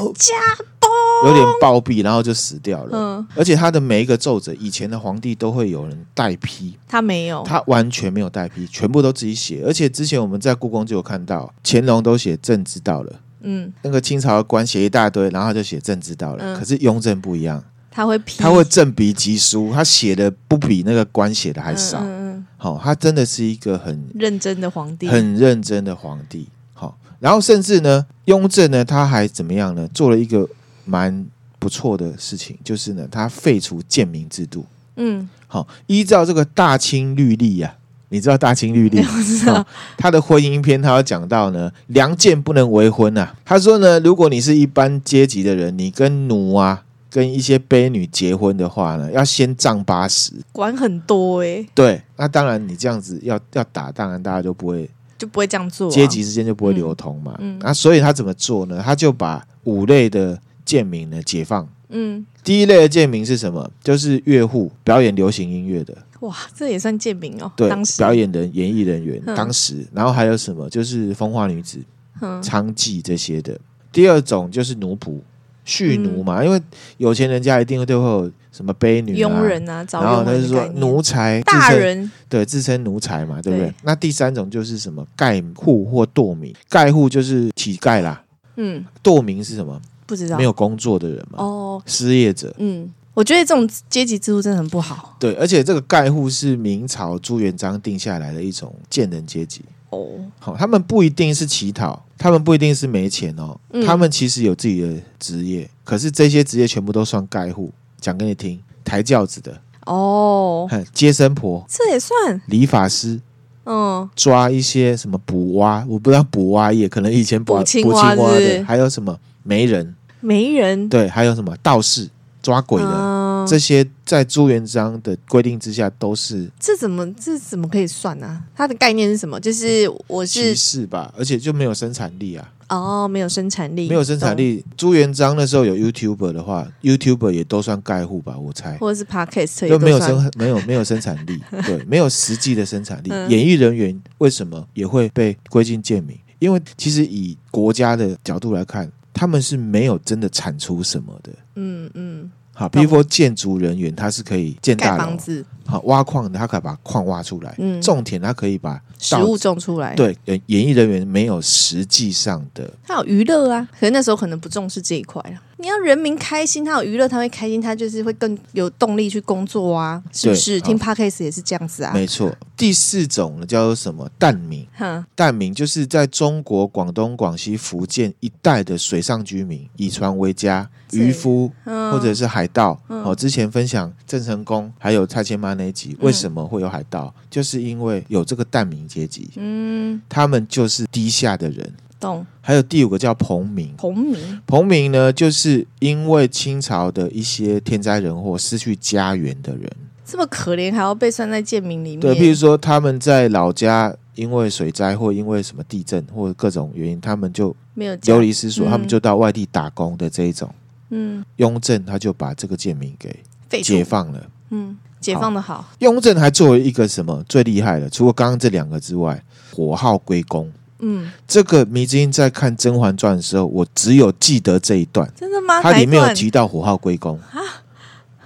[SPEAKER 1] 有点暴毙，然后就死掉了。
[SPEAKER 2] 嗯，
[SPEAKER 1] 而且他的每一个奏折，以前的皇帝都会有人代批，
[SPEAKER 2] 他没有，
[SPEAKER 1] 他完全没有代批，全部都自己写。而且之前我们在故宫就有看到，乾隆都写“朕知道了”，
[SPEAKER 2] 嗯，
[SPEAKER 1] 那个清朝的官写一大堆，然后他就写“朕知道了”
[SPEAKER 2] 嗯
[SPEAKER 1] 可是雍正不一样，
[SPEAKER 2] 他会批，嗯
[SPEAKER 1] 他会正笔疾书，他写的不比那个官写的还少。
[SPEAKER 2] 嗯
[SPEAKER 1] 好、
[SPEAKER 2] 嗯嗯
[SPEAKER 1] 他真的是一个很
[SPEAKER 2] 认真的皇帝，
[SPEAKER 1] 很认真的皇帝。好、然后甚至呢，雍正呢，他还怎么样呢？做了一个蛮不错的事情，就是呢，他废除贱民制度。
[SPEAKER 2] 嗯，
[SPEAKER 1] 好、依照这个大清律例啊，你知道大清律例？
[SPEAKER 2] 我知道
[SPEAKER 1] 好，他的婚姻篇，他要讲到呢，良贱不能为婚啊。他说呢，如果你是一般阶级的人，你跟奴啊，跟一些卑女结婚的话呢，要先杖八十。
[SPEAKER 2] 管很多哎，
[SPEAKER 1] 对，那当然你这样子要要打，当然大家就不会
[SPEAKER 2] 就不会这样做啊
[SPEAKER 1] 阶级之间就不会流通嘛。
[SPEAKER 2] 嗯嗯
[SPEAKER 1] 那所以他怎么做呢？他就把五类的贱民呢解放。
[SPEAKER 2] 嗯，
[SPEAKER 1] 第一类的贱民是什么？就是乐户表演流行音乐的，
[SPEAKER 2] 哇，这也算贱民哦，
[SPEAKER 1] 对
[SPEAKER 2] 当，时
[SPEAKER 1] 表，演人、演艺人员，
[SPEAKER 2] 嗯
[SPEAKER 1] 当时，然后还有什么？就是风化女子、
[SPEAKER 2] 嗯
[SPEAKER 1] 娼妓这些的。第二种就是奴仆、蓄
[SPEAKER 2] 嗯
[SPEAKER 1] 奴嘛，因为有钱人家一定会会有什么卑女、啊、
[SPEAKER 2] 佣，人啊，找
[SPEAKER 1] 然后
[SPEAKER 2] 佣
[SPEAKER 1] 他
[SPEAKER 2] 人
[SPEAKER 1] 就
[SPEAKER 2] 的
[SPEAKER 1] 说
[SPEAKER 2] 概念
[SPEAKER 1] 奴才，自
[SPEAKER 2] 大
[SPEAKER 1] 称
[SPEAKER 2] 人，
[SPEAKER 1] 对，自称奴才嘛，对不对？
[SPEAKER 2] 对
[SPEAKER 1] 那第三种就是什么丐户或惰民，丐户就是乞丐啦，
[SPEAKER 2] 嗯，
[SPEAKER 1] 惰民是什么？
[SPEAKER 2] 不知道
[SPEAKER 1] 没有工作的人嘛，
[SPEAKER 2] 哦，
[SPEAKER 1] 失业者。
[SPEAKER 2] 嗯，我觉得这种阶级制度真的很不好
[SPEAKER 1] 对，而且这个丐户是明朝朱元璋定下来的一种贱人阶级。
[SPEAKER 2] 哦，
[SPEAKER 1] 好、他们不一定是乞讨，他们不一定是没钱哦，
[SPEAKER 2] 嗯
[SPEAKER 1] 他们其实有自己的职业，可是这些职业全部都算丐户。讲给你听，抬轿子的、
[SPEAKER 2] 哦，
[SPEAKER 1] 哼接生婆、
[SPEAKER 2] 这也算，
[SPEAKER 1] 理发师，
[SPEAKER 2] 嗯，
[SPEAKER 1] 抓一些什么捕蛙，我不知道捕蛙业，可能以前捕
[SPEAKER 2] 捕青
[SPEAKER 1] 青
[SPEAKER 2] 蛙
[SPEAKER 1] 蛙
[SPEAKER 2] 是不是嗯
[SPEAKER 1] 的，还有什么媒人，
[SPEAKER 2] 媒人
[SPEAKER 1] 对，还有什么道士抓鬼的。
[SPEAKER 2] 嗯
[SPEAKER 1] 这些在朱元璋的规定之下都是
[SPEAKER 2] 这怎么这怎么可以算呢、啊？它的概念是什么？就是我
[SPEAKER 1] 歧
[SPEAKER 2] 是
[SPEAKER 1] 视吧，而且就没有生产力啊，
[SPEAKER 2] 哦，没有生产力，
[SPEAKER 1] 没有生产力。朱元璋那时候有 YouTuber 的话，YouTuber 也都算盖户吧，我猜
[SPEAKER 2] 懂，。哦或者是 podcast 也
[SPEAKER 1] 就
[SPEAKER 2] 都
[SPEAKER 1] 没有
[SPEAKER 2] 算
[SPEAKER 1] 生没有没有生产 力，对，没有实际的生产力。
[SPEAKER 2] 嗯
[SPEAKER 1] 演艺人员为什么也会被归进贱民？因为其实以国家的角度来看，他们是没有真的产出什么的。
[SPEAKER 2] 嗯嗯，
[SPEAKER 1] 好，比如说建筑人员，他是可以建
[SPEAKER 2] 盖
[SPEAKER 1] 大
[SPEAKER 2] 房
[SPEAKER 1] 楼，
[SPEAKER 2] 子，
[SPEAKER 1] 好挖矿的，他可以把矿挖出来；
[SPEAKER 2] 嗯
[SPEAKER 1] 种田，他可以把
[SPEAKER 2] 食
[SPEAKER 1] 稻
[SPEAKER 2] 物
[SPEAKER 1] 子。
[SPEAKER 2] 种出来，，
[SPEAKER 1] 对，演演艺人员没有实际上的
[SPEAKER 2] 他有娱乐啊，可是那时候可能不重视这一块啊。你要人民开心，他有娱乐，他会开心，他就是会更有动力去工作啊，是不
[SPEAKER 1] 对
[SPEAKER 2] 是？
[SPEAKER 1] 好
[SPEAKER 2] 听 podcast 也是这样子啊，
[SPEAKER 1] 没错。第四种呢，叫做什么？蛋民。
[SPEAKER 2] 哼，
[SPEAKER 1] 蛋民就是在中国广东、广西、福建一带的水上居民，以船为家，
[SPEAKER 2] 是
[SPEAKER 1] 渔夫
[SPEAKER 2] 嗯
[SPEAKER 1] 或者是海盗。
[SPEAKER 2] 嗯
[SPEAKER 1] 哦，之前分享郑成功还有蔡千妈那一集，为什么会有海盗？就是因为有这个蛋民阶级，
[SPEAKER 2] 嗯，
[SPEAKER 1] 他们就是低下的人。
[SPEAKER 2] 懂，
[SPEAKER 1] 还有第五个叫彭民，
[SPEAKER 2] 彭明，
[SPEAKER 1] 彭民呢，就是因为清朝的一些天灾人祸失去家园的人。
[SPEAKER 2] 这么可怜还要被算在贱民里面，
[SPEAKER 1] 对，譬如说他们在老家因为水灾或因为什么地震或各种原因，他们就
[SPEAKER 2] 没有家
[SPEAKER 1] 流离失所，
[SPEAKER 2] 嗯
[SPEAKER 1] 他们就到外地打工的这一种。
[SPEAKER 2] 嗯，
[SPEAKER 1] 雍正他就把这个贱民给
[SPEAKER 2] 废除
[SPEAKER 1] 解，放了。
[SPEAKER 2] 嗯，解放的好，
[SPEAKER 1] 雍正还作为一个什么最厉害的，除了刚刚这两个之外，火耗归公。
[SPEAKER 2] 嗯，
[SPEAKER 1] 这个迷之音在看《甄嬛传》的时候，我只有记得这一段，
[SPEAKER 2] 真的吗？
[SPEAKER 1] 它里面有
[SPEAKER 2] 哪一段
[SPEAKER 1] 提到火耗归公，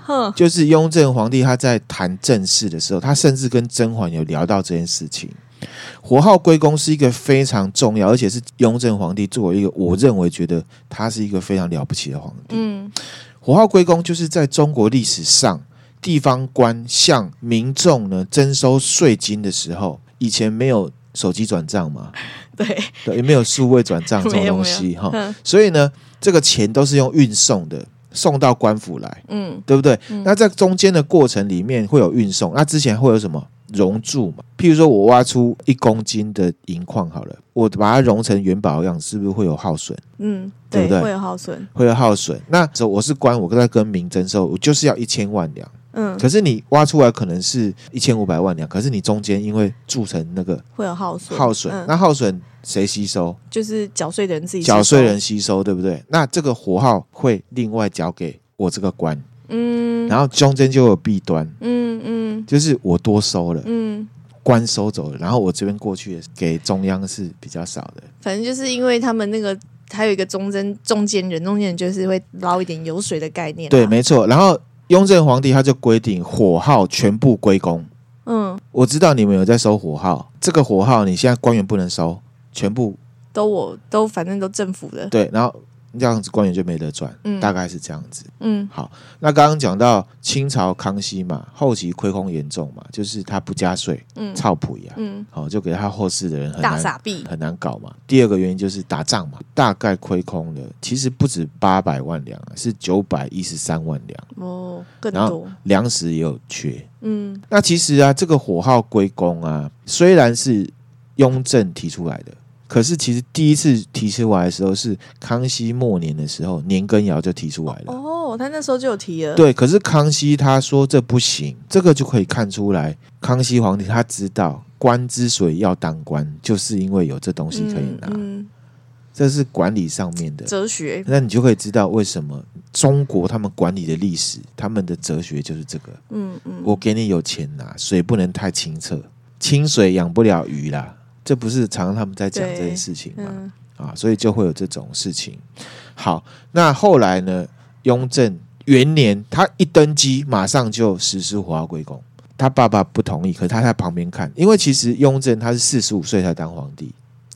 [SPEAKER 2] 哼，
[SPEAKER 1] 就是雍正皇帝他在谈政事的时候，他甚至跟甄嬛有聊到这件事情。火耗归公是一个非常重要，而且是雍正皇帝作为一个我认为觉得他是一个非常了不起的皇帝。
[SPEAKER 2] 嗯，
[SPEAKER 1] 火耗归公就是在中国历史上，地方官向民众呢征收税金的时候，以前没有手机转账嘛，
[SPEAKER 2] 对，
[SPEAKER 1] 对，也没有数位转账这种
[SPEAKER 2] 没有
[SPEAKER 1] 东西哈，
[SPEAKER 2] 嗯
[SPEAKER 1] 所以呢，这个钱都是用运送的，送到官府来，
[SPEAKER 2] 嗯，
[SPEAKER 1] 对不对？那在中间的过程里面会有运送，那之前会有什么熔铸嘛？譬如说我挖出一公斤的银矿好了，我把它熔成元宝的样子，是不是会有耗损？
[SPEAKER 2] 嗯，
[SPEAKER 1] 对
[SPEAKER 2] 对，
[SPEAKER 1] 不对
[SPEAKER 2] 会有耗损，
[SPEAKER 1] 会有耗损。那时候我是官，我在跟民征收，我就是要一千万两。
[SPEAKER 2] 嗯，
[SPEAKER 1] 可是你挖出来可能是一千五百万两，可是你中间因为铸成那个
[SPEAKER 2] 会有耗损，
[SPEAKER 1] 耗损，
[SPEAKER 2] 嗯
[SPEAKER 1] 那耗损谁吸收？
[SPEAKER 2] 就是缴税的人自己
[SPEAKER 1] 缴税
[SPEAKER 2] 收
[SPEAKER 1] 人，吸收，对不对？那这个火耗会另外缴给我这个官，
[SPEAKER 2] 嗯，
[SPEAKER 1] 然后中间就有弊端，
[SPEAKER 2] 嗯嗯
[SPEAKER 1] 就是我多收了，
[SPEAKER 2] 嗯，
[SPEAKER 1] 官收走了，然后我这边过去给中央是比较少的。
[SPEAKER 2] 反正就是因为他们那个还有一个中间中间人，中间人就是会捞一点油水的概念、啊，
[SPEAKER 1] 对，没错。然后雍正皇帝他就规定火耗全部归公。
[SPEAKER 2] 嗯，
[SPEAKER 1] 我知道你们有在收火耗，这个火耗你现在官员不能收，全部
[SPEAKER 2] 都我都反正都政府 的，
[SPEAKER 1] 对，然后这样子官员就没得赚，
[SPEAKER 2] 嗯
[SPEAKER 1] 大概是这样子。
[SPEAKER 2] 嗯
[SPEAKER 1] 好，那刚刚讲到清朝康熙嘛，后期亏空严重嘛，就是他不加税，
[SPEAKER 2] 嗯
[SPEAKER 1] 操普呀，
[SPEAKER 2] 嗯，
[SPEAKER 1] 好、就给他后世的人很
[SPEAKER 2] 大
[SPEAKER 1] 难
[SPEAKER 2] 傻逼，
[SPEAKER 1] 很难搞嘛。第二个原因就是打仗嘛，大概亏空了，其实不止八百万两啊，是九百一十三万两，
[SPEAKER 2] 哦，更
[SPEAKER 1] 然
[SPEAKER 2] 多
[SPEAKER 1] 后，粮食也有缺。
[SPEAKER 2] 嗯
[SPEAKER 1] 那其实啊，这个火耗归公啊，虽然是雍正提出来的，可是其实第一次提出来的时候是康熙末年的时候，年羹尧就提出来了。
[SPEAKER 2] 哦，他那时候就有提了，
[SPEAKER 1] 对，可是康熙他说这不行，这个就可以看出来，康熙皇帝他知道官之所以要当官，就是因为有这东西可以拿，
[SPEAKER 2] 嗯，
[SPEAKER 1] 这是管理上面的
[SPEAKER 2] 嗯。哲学，
[SPEAKER 1] 那你就可以知道为什么中国他们管理的历史，他们的哲学就是这个：
[SPEAKER 2] 嗯嗯，
[SPEAKER 1] 我给你有钱拿，水不能太清澈，清水养不了鱼啦。这不是常常他们在讲这件事情吗？
[SPEAKER 2] 嗯
[SPEAKER 1] 啊，所以就会有这种事情。好，那后来呢？雍正元年，他一登基，马上就实施火化归公。他爸爸不同意，可是他在旁边看，因为其实雍正他是四十五岁才当皇帝，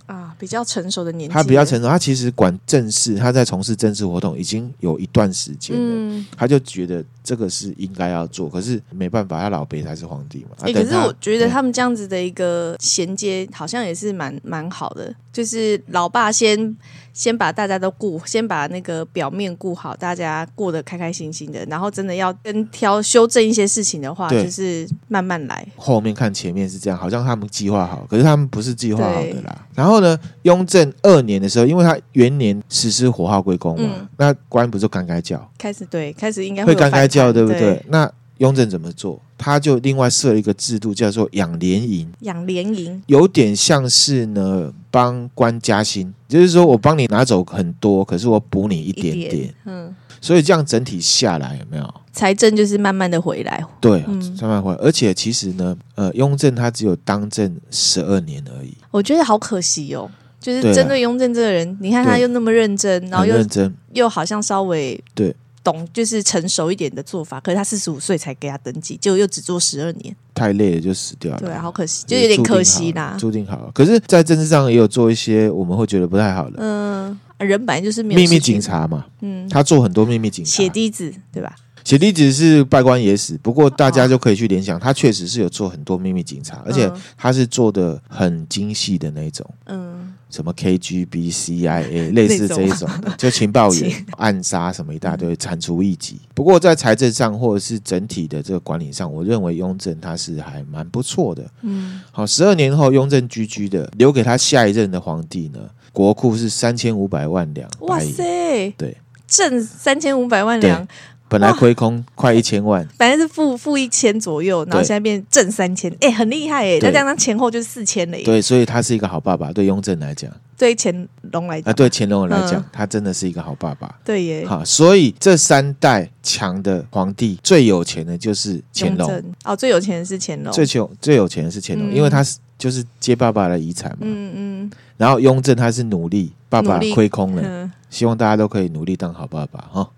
[SPEAKER 2] 啊，比较成熟的年纪，
[SPEAKER 1] 他比较成熟，他其实管政事，他在从事政治活动已经有一段时间了。
[SPEAKER 2] 嗯，
[SPEAKER 1] 他就觉得这个是应该要做，可是没办法，他老辈才是皇帝嘛。啊
[SPEAKER 2] 欸可
[SPEAKER 1] 等
[SPEAKER 2] 是
[SPEAKER 1] 他
[SPEAKER 2] 我觉得
[SPEAKER 1] 对
[SPEAKER 2] 他们这样子的一个衔接，好像也是蛮蛮好的。就是老爸先先把大家都顾，先把那个表面顾好，大家过得开开心心的。然后真的要跟挑修正一些事情的话，
[SPEAKER 1] 对
[SPEAKER 2] 就是慢慢来。
[SPEAKER 1] 后面看前面是这样，好像他们计划好，可是他们不是计划好的
[SPEAKER 2] 对
[SPEAKER 1] 啦。然后呢，呃雍正二年的时候，因为他元年实施火耗归公嘛，
[SPEAKER 2] 嗯
[SPEAKER 1] 那官不就干干叫，
[SPEAKER 2] 开始对，开始应该
[SPEAKER 1] 会
[SPEAKER 2] 有
[SPEAKER 1] 干
[SPEAKER 2] 反
[SPEAKER 1] 该叫，
[SPEAKER 2] 弹
[SPEAKER 1] 对
[SPEAKER 2] 对
[SPEAKER 1] 不对？？那雍正怎么做？他就另外设了一个制度，叫做养廉营，
[SPEAKER 2] 养廉营，
[SPEAKER 1] 有点像是呢帮官加薪，就是说我帮你拿走很多，可是我补你一点
[SPEAKER 2] 一
[SPEAKER 1] 点，
[SPEAKER 2] 点嗯，
[SPEAKER 1] 所以这样整体下来有没有？
[SPEAKER 2] 财政就是慢慢的回来，
[SPEAKER 1] 对，
[SPEAKER 2] 嗯
[SPEAKER 1] 三万回。而且其实呢，呃，雍正他只有当政十二年而已，
[SPEAKER 2] 我觉得好可惜哦。就是
[SPEAKER 1] 对啊
[SPEAKER 2] 针对雍正这个人，你看他
[SPEAKER 1] 对
[SPEAKER 2] 又那么认真，然后
[SPEAKER 1] 很
[SPEAKER 2] 又
[SPEAKER 1] 认真。
[SPEAKER 2] 又好像稍微
[SPEAKER 1] 对
[SPEAKER 2] 懂，就是成熟一点的做法。可是他四十五岁才给他登记，就又只做十二年，
[SPEAKER 1] 太累了就死掉了，
[SPEAKER 2] 对啊，好可惜，就有点可惜啦。
[SPEAKER 1] 注定好了。可是，在政治上也有做一些我们会觉得不太好的、
[SPEAKER 2] 嗯，人本来就是没有
[SPEAKER 1] 秘密
[SPEAKER 2] 事情
[SPEAKER 1] 警，察嘛，
[SPEAKER 2] 嗯，
[SPEAKER 1] 他做很多秘密警察。
[SPEAKER 2] 血滴子对吧？
[SPEAKER 1] 血滴子是拜官野史，不过大家
[SPEAKER 2] 哦
[SPEAKER 1] 就可以去联想，他确实是有做很多秘密警察，而且他是做的很精细的那一种，
[SPEAKER 2] 嗯，
[SPEAKER 1] 什么 KGB、CIA 类似这一种的， 就情报员
[SPEAKER 2] 情
[SPEAKER 1] 暗杀什么一大
[SPEAKER 2] 嗯
[SPEAKER 1] 堆，铲除异己。不过在财政上或者是整体的这个管理上，我认为雍正他是还蛮不错的。
[SPEAKER 2] 嗯，
[SPEAKER 1] 好，十二年后雍正居居的，留给他下一任的皇帝呢，国库是三千五百万两
[SPEAKER 2] 哇
[SPEAKER 1] 白银，
[SPEAKER 2] 塞，
[SPEAKER 1] 对，
[SPEAKER 2] 挣三千五百万两，
[SPEAKER 1] 本来亏空快一千 万。
[SPEAKER 2] 反正是负负一千左右，然后
[SPEAKER 1] 对
[SPEAKER 2] 现在变正三千，哎，很厉害哎，
[SPEAKER 1] 对
[SPEAKER 2] 那这样前后就是四千了耶。
[SPEAKER 1] 对，所以他是一个好爸爸。对雍正来讲，
[SPEAKER 2] 对乾隆来
[SPEAKER 1] 啊，
[SPEAKER 2] 讲，
[SPEAKER 1] 对乾隆来讲，
[SPEAKER 2] 嗯
[SPEAKER 1] 他真的是一个好爸爸。
[SPEAKER 2] 对耶，
[SPEAKER 1] 好，所以这三代强的皇帝，最有钱的就是乾
[SPEAKER 2] 雍
[SPEAKER 1] 隆，
[SPEAKER 2] 正哦，最有钱的是乾隆，
[SPEAKER 1] 最穷最有钱的是乾隆，
[SPEAKER 2] 嗯
[SPEAKER 1] 因为他是就是接爸爸的遗产嘛。
[SPEAKER 2] 嗯嗯
[SPEAKER 1] 然后雍正他是努力，爸爸
[SPEAKER 2] 努力
[SPEAKER 1] 亏空了，
[SPEAKER 2] 嗯，
[SPEAKER 1] 希望大家都可以努力当好爸爸哈。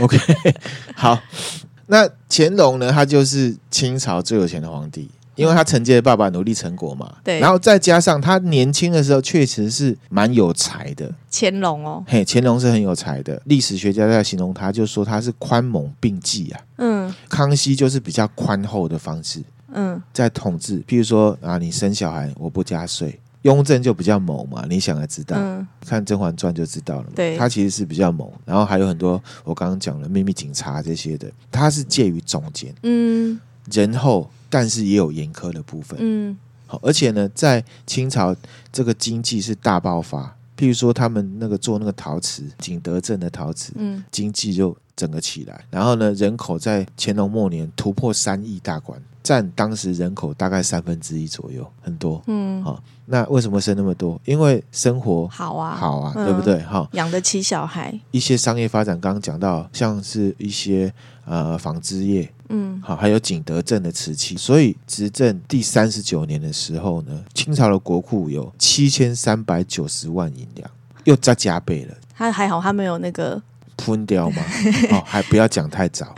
[SPEAKER 1] OK，好，那乾隆呢，他就是清朝最有钱的皇帝。因为他承接了爸爸努力成果嘛，
[SPEAKER 2] 对
[SPEAKER 1] 然后再加上他年轻的时候确实是蛮有才的，
[SPEAKER 2] 乾隆哦，
[SPEAKER 1] 嘿，乾隆是很有才的，历史学家在形容他，就说他是宽猛并济啊。
[SPEAKER 2] 嗯
[SPEAKER 1] 康熙就是比较宽厚的方式
[SPEAKER 2] 嗯，
[SPEAKER 1] 在统治，譬如说啊，你生小孩我不加税。雍正就比较猛嘛，你想也知道，
[SPEAKER 2] 嗯
[SPEAKER 1] 看《甄嬛传》就知道了嘛。
[SPEAKER 2] 对
[SPEAKER 1] 他其实是比较猛，然后还有很多我刚刚讲的秘密警察这些的，他是介于中间，
[SPEAKER 2] 嗯
[SPEAKER 1] 仁厚，但是也有严苛的部分。
[SPEAKER 2] 嗯
[SPEAKER 1] 好，而且呢，在清朝这个经济是大爆发，譬如说他们那个做那个陶瓷，景德镇的陶瓷，
[SPEAKER 2] 嗯，
[SPEAKER 1] 经济就整个起来。然后呢，人口在乾隆末年突破三亿大关，占当时人口大概三分之一左右，很多。
[SPEAKER 2] 嗯，
[SPEAKER 1] 好、那为什么生那么多？因为生活
[SPEAKER 2] 好啊，
[SPEAKER 1] 好啊，
[SPEAKER 2] 嗯
[SPEAKER 1] 对不对？哈、
[SPEAKER 2] 养得起小孩，
[SPEAKER 1] 一些商业发展，刚刚讲到，像是一些呃纺织业，
[SPEAKER 2] 嗯
[SPEAKER 1] 好，还有景德镇的瓷器。所以执政第三十九年的时候呢，清朝的国库有七千三百九十万银两，又再加倍了，
[SPEAKER 2] 他还好，他没有那个
[SPEAKER 1] 喷掉 吗？哦，还不要讲太早，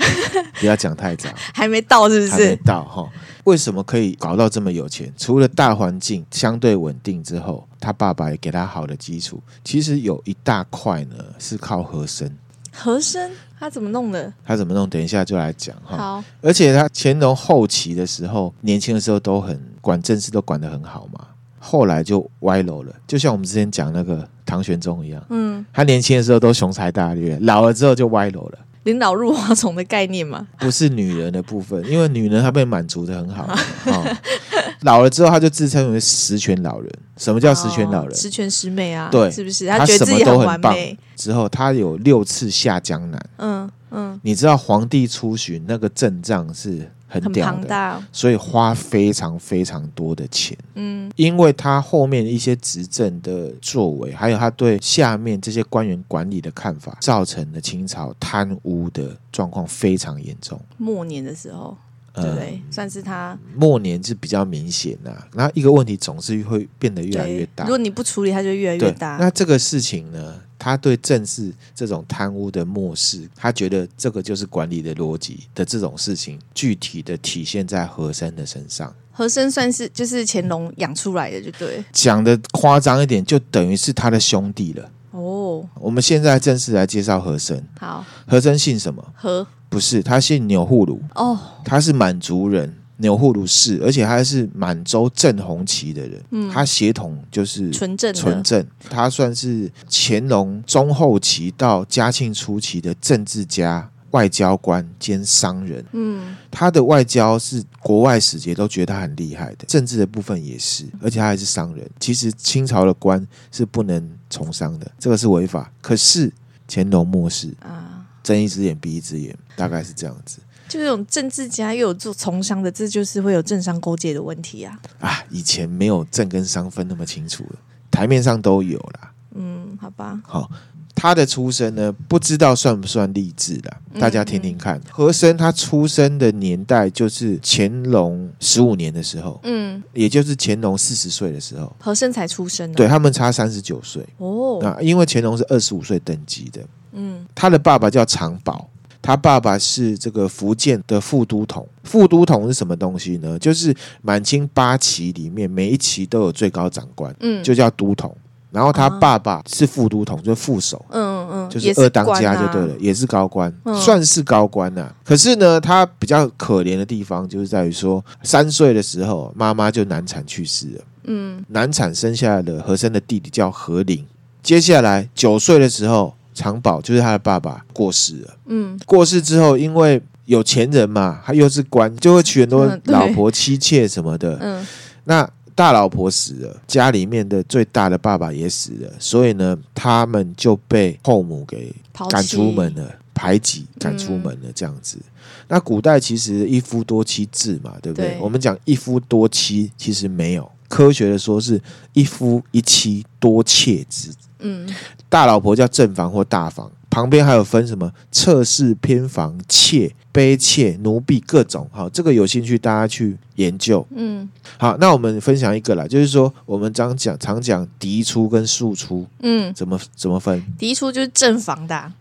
[SPEAKER 1] 不要讲太早，
[SPEAKER 2] 还没到，是不
[SPEAKER 1] 还没
[SPEAKER 2] 是？
[SPEAKER 1] 到哈、为什么可以搞到这么有钱？除了大环境相对稳定之后，他爸爸也给他好的基础。其实有一大块呢是靠和珅。
[SPEAKER 2] 和珅他怎么弄的？
[SPEAKER 1] 他怎么弄？等一下就来讲哈。
[SPEAKER 2] 好，
[SPEAKER 1] 而且他乾隆后期的时候，年轻的时候都很管政事，都管得很好嘛。后来就歪楼了，就像我们之前讲那个唐玄宗一样，
[SPEAKER 2] 嗯，
[SPEAKER 1] 他年轻的时候都雄才大略，老了之后就歪楼了。
[SPEAKER 2] 领导入花丛的概念嘛，
[SPEAKER 1] 不是女人的部分，因为女人她被满足的很好， 哦、老了之后她就自称为十全老人。什么叫十全老
[SPEAKER 2] 哦
[SPEAKER 1] 人？
[SPEAKER 2] 十全十美啊，
[SPEAKER 1] 对
[SPEAKER 2] 是不是？
[SPEAKER 1] 他
[SPEAKER 2] 他觉得
[SPEAKER 1] 什
[SPEAKER 2] 自
[SPEAKER 1] 么
[SPEAKER 2] 己
[SPEAKER 1] 都
[SPEAKER 2] 完
[SPEAKER 1] 棒
[SPEAKER 2] 美，。
[SPEAKER 1] 之后他有六次下江南，
[SPEAKER 2] 嗯嗯，
[SPEAKER 1] 你知道皇帝出巡那个阵仗是很
[SPEAKER 2] 很
[SPEAKER 1] 屌
[SPEAKER 2] 庞
[SPEAKER 1] 的，
[SPEAKER 2] 大哦，
[SPEAKER 1] 所以花非常非常多的钱，
[SPEAKER 2] 嗯
[SPEAKER 1] 因为他后面一些执政的作为，还有他对下面这些官员管理的看法，造成了清朝贪污的状况非常严重。呃
[SPEAKER 2] 末年的时候，
[SPEAKER 1] 嗯
[SPEAKER 2] 对不对？算是他
[SPEAKER 1] 末年是比较明显呐、然后一个问题总是会变得越来越
[SPEAKER 2] 对
[SPEAKER 1] 大
[SPEAKER 2] 如。果你不处理，他就越来越
[SPEAKER 1] 对，
[SPEAKER 2] 大。
[SPEAKER 1] 那这个事情呢，他对政治这种贪污的漠视，他觉得这个就是管理的逻辑的这种事情，具体的体现在和珅的身上。
[SPEAKER 2] 和珅算是就是乾隆养出来的，就对
[SPEAKER 1] 讲的夸张一点，就等于是他的兄弟了。
[SPEAKER 2] 哦。
[SPEAKER 1] 我们现在正式来介绍和珅。
[SPEAKER 2] 好，
[SPEAKER 1] 和珅姓什么？
[SPEAKER 2] 和
[SPEAKER 1] 不是，他姓钮祜禄，
[SPEAKER 2] 哦，
[SPEAKER 1] 他是满族人，钮祜禄氏，而且他是满洲正红旗的人。
[SPEAKER 2] 嗯
[SPEAKER 1] 他血统就是
[SPEAKER 2] 纯正
[SPEAKER 1] 嗯
[SPEAKER 2] 的
[SPEAKER 1] 纯正，他算是乾隆中后期到嘉庆初期的政治家。外交官兼商人，
[SPEAKER 2] 嗯
[SPEAKER 1] 他的外交是国外使节都觉得他很厉害的，政治的部分也是，而且他还是商人。其实清朝的官是不能从商的，这个是违法。可是乾隆末世，
[SPEAKER 2] 啊，
[SPEAKER 1] 睁一只眼闭一只眼，大概是这样子。
[SPEAKER 2] 就这种政治家又有做从商的，这就是会有政商勾结的问题啊。
[SPEAKER 1] 啊，以前没有政跟商分那么清楚了，台面上都有啦。
[SPEAKER 2] 嗯，好吧，
[SPEAKER 1] 好、他的出生呢，不知道算不算励志啦？
[SPEAKER 2] 嗯
[SPEAKER 1] 大家听听看。和珅他出生的年代就是乾隆十五年的时候，
[SPEAKER 2] 嗯，
[SPEAKER 1] 也就是乾隆四十岁的时候。
[SPEAKER 2] 和珅才出生、啊，
[SPEAKER 1] 对他们差三十九岁
[SPEAKER 2] 哦，
[SPEAKER 1] 啊，因为乾隆是二十五岁登基的，
[SPEAKER 2] 嗯
[SPEAKER 1] 他的爸爸叫常宝，他爸爸是这个福建的副都统。副都统是什么东西呢？就是满清八旗里面每一旗都有最高长官，
[SPEAKER 2] 嗯，
[SPEAKER 1] 就叫都统。然后他
[SPEAKER 2] 啊
[SPEAKER 1] 爸爸是副都统，就是副手。
[SPEAKER 2] 嗯嗯，
[SPEAKER 1] 就是
[SPEAKER 2] 也
[SPEAKER 1] 二当
[SPEAKER 2] 官
[SPEAKER 1] 家
[SPEAKER 2] 啊
[SPEAKER 1] 就对了，，也是高官，
[SPEAKER 2] 嗯
[SPEAKER 1] 算是高官呐、可是呢，他比较可怜的地方就是在于说，三岁的时候妈妈就难产去世了，
[SPEAKER 2] 嗯
[SPEAKER 1] 难产生下了和珅的弟弟叫和林。接下来九岁的时候，常宝就是他的爸爸过世了。
[SPEAKER 2] 嗯，
[SPEAKER 1] 过世之后，因为有钱人嘛，他又是官，就会娶很多
[SPEAKER 2] 嗯对
[SPEAKER 1] 老婆、妻妾什么的。
[SPEAKER 2] 嗯
[SPEAKER 1] 那大老婆死了，家里面的最大的爸爸也死了，所以呢，他们就被后母给
[SPEAKER 2] 抛
[SPEAKER 1] 赶
[SPEAKER 2] 弃
[SPEAKER 1] 出门了，排挤赶出门了，这样子。那古代其实一夫多妻制嘛，对不对？
[SPEAKER 2] 对
[SPEAKER 1] 我们讲一夫多妻，其实没有科学的说是一夫一妻多妾制。
[SPEAKER 2] 嗯，
[SPEAKER 1] 大老婆叫正房或大房，旁边还有分什么侧室、偏房、妾、卑妾、奴婢各种。好，这个有兴趣大家去研究。
[SPEAKER 2] 嗯
[SPEAKER 1] 好，那我们分享一个啦，就是说我们常讲常讲嫡出跟庶出
[SPEAKER 2] 嗯，
[SPEAKER 1] 怎么怎么分？
[SPEAKER 2] 嫡出就是正房的啊、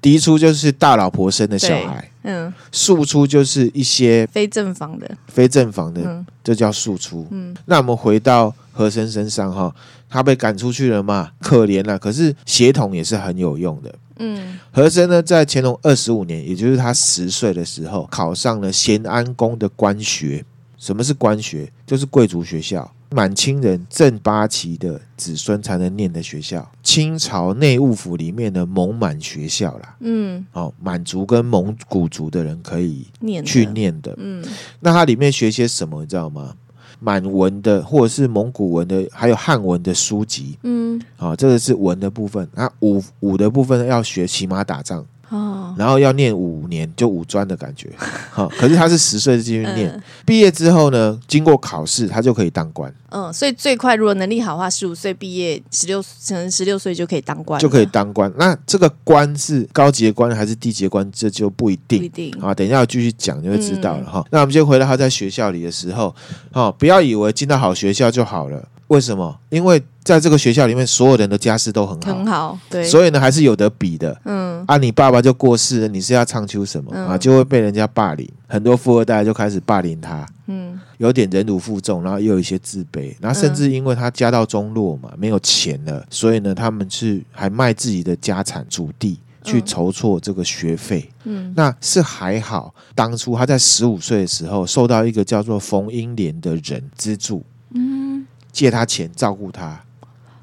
[SPEAKER 1] 嫡出就是大老婆生的小
[SPEAKER 2] 对
[SPEAKER 1] 孩，
[SPEAKER 2] 嗯，
[SPEAKER 1] 庶出就是一些
[SPEAKER 2] 非正房的，
[SPEAKER 1] 非正房的，
[SPEAKER 2] 嗯
[SPEAKER 1] 这叫庶出。
[SPEAKER 2] 嗯
[SPEAKER 1] 那我们回到和珅身上哈，他被赶出去了嘛，可怜了。可是血统也是很有用的。
[SPEAKER 2] 嗯
[SPEAKER 1] 和珅呢，在乾隆二十五年，也就是他十岁的时候，考上了咸安宫的官学。什么是官学？就是贵族学校，满清人正八旗的子孙才能念的学校，清朝内务府里面的蒙满学校啦。
[SPEAKER 2] 嗯，
[SPEAKER 1] 哦，满族跟蒙古族的人可以
[SPEAKER 2] 念的
[SPEAKER 1] 去，念的。
[SPEAKER 2] 嗯
[SPEAKER 1] 那它里面学些什么，你知道吗？满文的，或者是蒙古文的，还有汉文的书籍
[SPEAKER 2] 嗯，
[SPEAKER 1] 啊、这个是文的部分。那武武的部分要学骑马打仗，
[SPEAKER 2] 哦，
[SPEAKER 1] 然后要念五年，就武专的感 觉。好、可是他是十岁就进去念
[SPEAKER 2] 嗯，
[SPEAKER 1] 毕业之后呢，经过考试，他就可以当官，
[SPEAKER 2] 嗯，所以最快如果能力好的话，十五岁毕业，十六可能十六岁就可以当官了，
[SPEAKER 1] 就可以当官。那这个官是高级的官还是低级的官，这就不一
[SPEAKER 2] 不
[SPEAKER 1] 定
[SPEAKER 2] 一。定，
[SPEAKER 1] 啊，等一下我继续讲就会知道了哈、那我们先回到他在学校里的时候，哦，不要以为进到好学校就好了，为什么？因为在这个学校里面，所有人的家世都很好，
[SPEAKER 2] 很好，对，以
[SPEAKER 1] 所以呢还是有得比的。
[SPEAKER 2] 嗯
[SPEAKER 1] 啊，你爸爸就过世了，你是要唱秋什么、
[SPEAKER 2] 嗯
[SPEAKER 1] 啊？就会被人家霸凌，很多富二代就开始霸凌他，
[SPEAKER 2] 嗯
[SPEAKER 1] 有点忍辱负重，然后又有一些自卑，然后甚至因为他家道中落嘛，没有钱了，所以呢，他们是还卖自己的家产主地去
[SPEAKER 2] 嗯
[SPEAKER 1] 筹措这个学费。
[SPEAKER 2] 嗯
[SPEAKER 1] 那是还好，当初他在十五岁的时候受到一个叫做冯英莲的人资助，
[SPEAKER 2] 嗯，
[SPEAKER 1] 借他钱照顾他，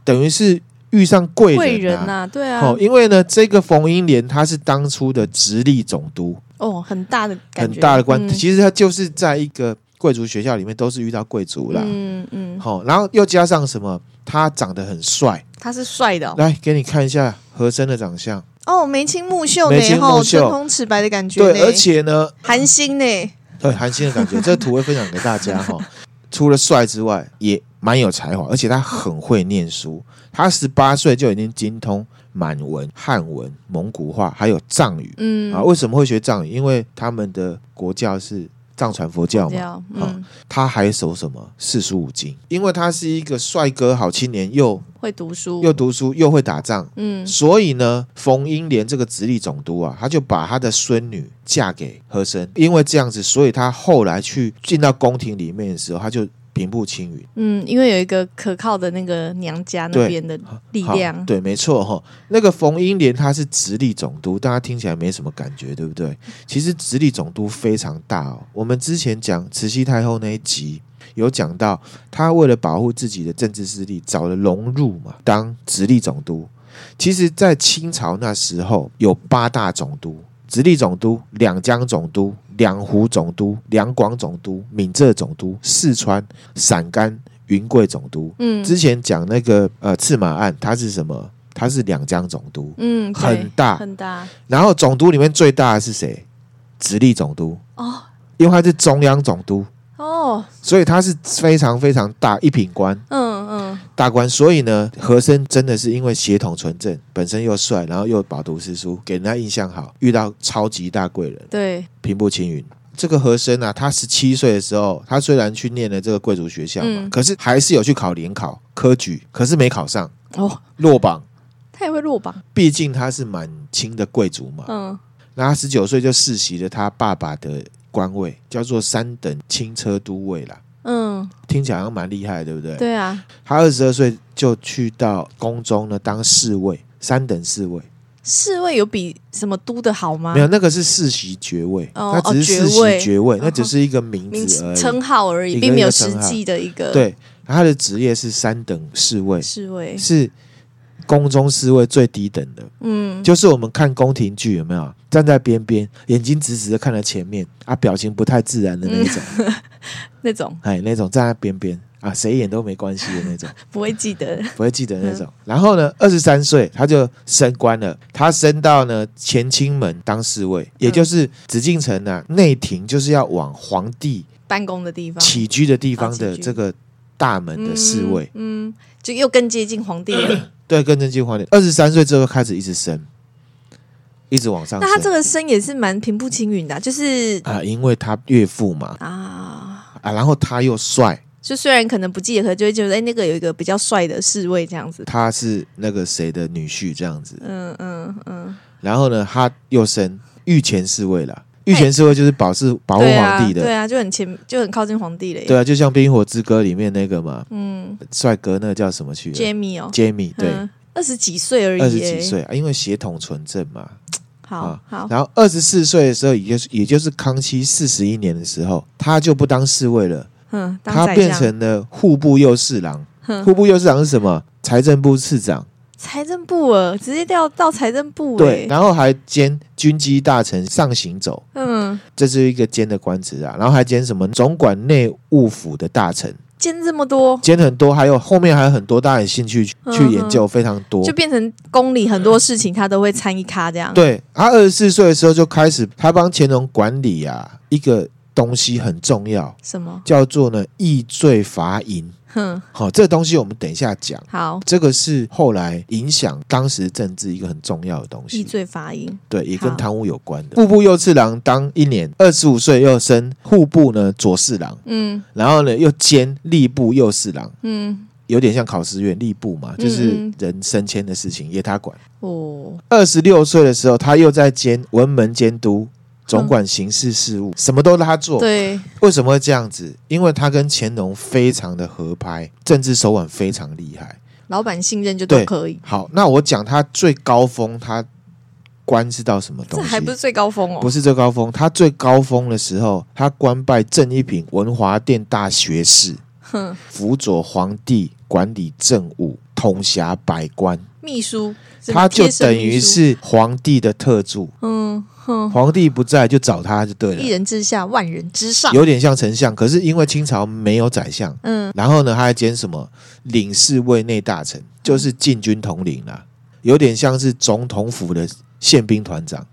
[SPEAKER 1] 等于是遇上贵
[SPEAKER 2] 贵
[SPEAKER 1] 人
[SPEAKER 2] 人
[SPEAKER 1] 啊。
[SPEAKER 2] 呐，对啊，
[SPEAKER 1] 哦，因为呢，这个冯英莲他是当初的直隶总督，
[SPEAKER 2] 哦，很大的感
[SPEAKER 1] 很
[SPEAKER 2] 觉，
[SPEAKER 1] 大的官，
[SPEAKER 2] 嗯
[SPEAKER 1] 其实他就是在一个贵族学校里面都是遇到贵族啦。
[SPEAKER 2] 嗯嗯，
[SPEAKER 1] 好、然后又加上什么？他长得很帅，
[SPEAKER 2] 他是帅的哦，
[SPEAKER 1] 来给你看一下和珅的长相。
[SPEAKER 2] 哦，眉清目秀
[SPEAKER 1] 眉清
[SPEAKER 2] 呢，吼，
[SPEAKER 1] 目秀
[SPEAKER 2] 唇红齿白的感觉呢，
[SPEAKER 1] 对，而且啊呢，
[SPEAKER 2] 韩星呢，
[SPEAKER 1] 对韩星的感觉，这个图会分享给大家哈、 除了帅之外，也蛮有才华，而且他很会念书。他十八岁就已经精通满文、汉文、蒙古话，还有藏语、
[SPEAKER 2] 嗯，
[SPEAKER 1] 啊。为什么会学藏语？因为他们的国教是藏传佛教
[SPEAKER 2] 这
[SPEAKER 1] 嘛。
[SPEAKER 2] 样，
[SPEAKER 1] 好
[SPEAKER 2] 嗯，
[SPEAKER 1] 他还熟什么四书五经？因为他是一个帅哥好青年，又
[SPEAKER 2] 会读书，
[SPEAKER 1] 又读书，又会打仗。
[SPEAKER 2] 嗯
[SPEAKER 1] 所以呢，冯英莲这个直隶总督啊，他就把他的孙女嫁给和珅，因为这样子，所以他后来去进到宫廷里面的时候，他就平步青云。
[SPEAKER 2] 嗯，因为有一个可靠的那个娘家那
[SPEAKER 1] 对
[SPEAKER 2] 边的力
[SPEAKER 1] 好
[SPEAKER 2] 量，
[SPEAKER 1] 对，没错哈。那个冯英莲她是直隶总督，大家听起来没什么感觉，对不对？其实直隶总督非常大哦。我们之前讲慈禧太后那一集有讲到，她为了保护自己的政治势力，找了隆儒嘛当直隶总督。其实，在清朝那时候有八大总督：直隶总督、两江总督、两湖总督、两广总督、闽浙总督、四川、陕甘、云贵总督。
[SPEAKER 2] 嗯
[SPEAKER 1] 之前讲那个呃赤马案，它是什么？它是两江总督，
[SPEAKER 2] 嗯，对
[SPEAKER 1] 很大
[SPEAKER 2] 很大
[SPEAKER 1] 然后总督里面最大的是谁？直隶总督，
[SPEAKER 2] 哦
[SPEAKER 1] 因为他是中央总督，
[SPEAKER 2] 哦，
[SPEAKER 1] 所以他是非常非常大一品官
[SPEAKER 2] 嗯嗯
[SPEAKER 1] 大官。所以呢，和珅真的是因为血统纯正，本身又帅，然后又饱读诗书，给人家印象好，遇到超级大贵人，
[SPEAKER 2] 对，
[SPEAKER 1] 平步青云。这个和珅啊，他十七岁的时候，他虽然去念了这个贵族学校嘛，
[SPEAKER 2] 嗯
[SPEAKER 1] 可是还是有去考联考科举，可是没考上，
[SPEAKER 2] 哦，
[SPEAKER 1] 落榜。
[SPEAKER 2] 他也会落榜，
[SPEAKER 1] 毕竟他是满清的贵族嘛，
[SPEAKER 2] 嗯
[SPEAKER 1] 那他十九岁就世袭了他爸爸的官位，叫做三等轻车都尉啦。
[SPEAKER 2] 嗯，
[SPEAKER 1] 听起来好像蛮厉害，对不对？
[SPEAKER 2] 对啊，
[SPEAKER 1] 他二十二岁就去到宫中呢当侍卫，三等侍卫。
[SPEAKER 2] 侍卫有比什么都的好吗？
[SPEAKER 1] 没有，那个是世袭爵位，
[SPEAKER 2] 啊哦
[SPEAKER 1] 他只是世
[SPEAKER 2] 哦爵
[SPEAKER 1] 袭
[SPEAKER 2] 位
[SPEAKER 1] 爵位，
[SPEAKER 2] 哦
[SPEAKER 1] 那只是一个名
[SPEAKER 2] 名
[SPEAKER 1] 字而已。
[SPEAKER 2] 称号而
[SPEAKER 1] 一
[SPEAKER 2] 已，
[SPEAKER 1] 个
[SPEAKER 2] 并没有
[SPEAKER 1] 一个称
[SPEAKER 2] 实
[SPEAKER 1] 号
[SPEAKER 2] 际的一个
[SPEAKER 1] 对，他的职业是三等侍卫，
[SPEAKER 2] 侍卫，
[SPEAKER 1] 是宫中侍卫最低等的，
[SPEAKER 2] 嗯，
[SPEAKER 1] 就是我们看宫廷剧有没有站在边边，眼睛直直的看着前面啊，表情不太自然的那种。
[SPEAKER 2] 嗯那种
[SPEAKER 1] 哎，那种站在边边啊，谁演都没关系的那 种，
[SPEAKER 2] 不会记得，
[SPEAKER 1] 不会记得那种。然后呢，二十三岁他就升官了，他升到呢乾清门当侍
[SPEAKER 2] 嗯
[SPEAKER 1] 卫，也就是紫禁城啊内廷，就是要往皇帝
[SPEAKER 2] 办公的地方，
[SPEAKER 1] 起居的地方
[SPEAKER 2] 哦
[SPEAKER 1] 的
[SPEAKER 2] 起居
[SPEAKER 1] 这个大门的侍卫，
[SPEAKER 2] 嗯，嗯，就又更接近皇帝了。
[SPEAKER 1] 对，更正经皇帝。二十三岁之后开始一直升，一直往上
[SPEAKER 2] 那他这
[SPEAKER 1] 升。
[SPEAKER 2] 个身也是蛮平步青云的啊、就是
[SPEAKER 1] 啊，因为他岳父嘛，
[SPEAKER 2] 啊，
[SPEAKER 1] 啊，然后他又帅，
[SPEAKER 2] 就虽然可能不记得，可就会觉得哎，那个有一个比较帅的侍卫这样子，
[SPEAKER 1] 他是那个谁的女婿这样子，
[SPEAKER 2] 嗯嗯嗯，
[SPEAKER 1] 然后呢，他又升御前侍卫啦。御前侍卫就是保是保护
[SPEAKER 2] 对
[SPEAKER 1] 皇帝
[SPEAKER 2] 啊，对
[SPEAKER 1] 的，
[SPEAKER 2] 啊，就很前，就很靠近皇帝了耶。
[SPEAKER 1] 对啊，就像《冰火之歌》里面那个嘛，
[SPEAKER 2] 嗯
[SPEAKER 1] 帅哥那个叫什么去了
[SPEAKER 2] ，Jamie 哦，
[SPEAKER 1] ？Jamie 啊对，
[SPEAKER 2] 嗯，二十几岁而已，
[SPEAKER 1] 二十几，岁啊，啊因为血统纯正嘛。
[SPEAKER 2] 好好，
[SPEAKER 1] 然后二十四岁的时候，也就是也就是康熙四十一年的时候，他就不当侍卫了，
[SPEAKER 2] 嗯，当
[SPEAKER 1] 他
[SPEAKER 2] 宰
[SPEAKER 1] 变
[SPEAKER 2] 相嗯
[SPEAKER 1] 成了户部右侍郎。户部右侍郎是什么？财政部次长，
[SPEAKER 2] 财政部了，直接调到财政部
[SPEAKER 1] 对，
[SPEAKER 2] 哎，
[SPEAKER 1] 然后还兼军机大臣上行走。
[SPEAKER 2] 嗯，
[SPEAKER 1] 这是一个兼的官职啊，然后还兼什么总管内务府的大臣，
[SPEAKER 2] 兼这么多，
[SPEAKER 1] 兼很多，还有后面还有很多，大家有兴趣去
[SPEAKER 2] 嗯
[SPEAKER 1] 去研究，非常多
[SPEAKER 2] 就。变成宫里很多事情他都会参一咖这样。
[SPEAKER 1] 对他二十四岁的时候就开始，他帮乾隆管理啊一个东西很重要，
[SPEAKER 2] 什么？
[SPEAKER 1] 叫做呢易罪罚银。
[SPEAKER 2] 哼，
[SPEAKER 1] 好、这个东西我们等一下讲，
[SPEAKER 2] 好，
[SPEAKER 1] 这个是后来影响当时政治一个很重要的东
[SPEAKER 2] 易
[SPEAKER 1] 西。
[SPEAKER 2] 罪罚银。
[SPEAKER 1] 对，也跟
[SPEAKER 2] 好
[SPEAKER 1] 贪污有关的。户部右侍郎当一年，二十五岁又升户部呢左侍郎。
[SPEAKER 2] 嗯
[SPEAKER 1] 然后呢又兼吏部右侍郎，
[SPEAKER 2] 嗯，
[SPEAKER 1] 有点像考试院吏部嘛，就是
[SPEAKER 2] 嗯
[SPEAKER 1] 人升迁的事情也他管。
[SPEAKER 2] 哦，
[SPEAKER 1] 二十六岁的时候，他又在兼文门监督。总管刑事事务，什么都他做。
[SPEAKER 2] 嗯对，
[SPEAKER 1] 为什么会这样子？因为他跟乾隆非常的合拍，政治手腕非常厉害。
[SPEAKER 2] 老板信任就都
[SPEAKER 1] 对
[SPEAKER 2] 可以，
[SPEAKER 1] 好，那我讲他最高峰，他官是到什么东
[SPEAKER 2] 这
[SPEAKER 1] 西？
[SPEAKER 2] 还不是最高峰哦。
[SPEAKER 1] 不是最高峰，他最高峰的时候，他官拜正一品文华殿大学士，
[SPEAKER 2] 哼，
[SPEAKER 1] 辅佐皇帝管理政务，统辖百官，
[SPEAKER 2] 秘书，什么
[SPEAKER 1] 他就
[SPEAKER 2] 贴身
[SPEAKER 1] 等
[SPEAKER 2] 秘
[SPEAKER 1] 于
[SPEAKER 2] 书，
[SPEAKER 1] 是皇帝的特助。
[SPEAKER 2] 嗯哼，
[SPEAKER 1] 皇帝不在就找他就对
[SPEAKER 2] 一
[SPEAKER 1] 了，
[SPEAKER 2] 人之下，万人之上。
[SPEAKER 1] 有点像丞相。可是因为清朝没有宰相，
[SPEAKER 2] 嗯，
[SPEAKER 1] 然后呢，他还兼什么领事卫内大臣，就是禁军统领啦、有点像是总统府的宪兵团长。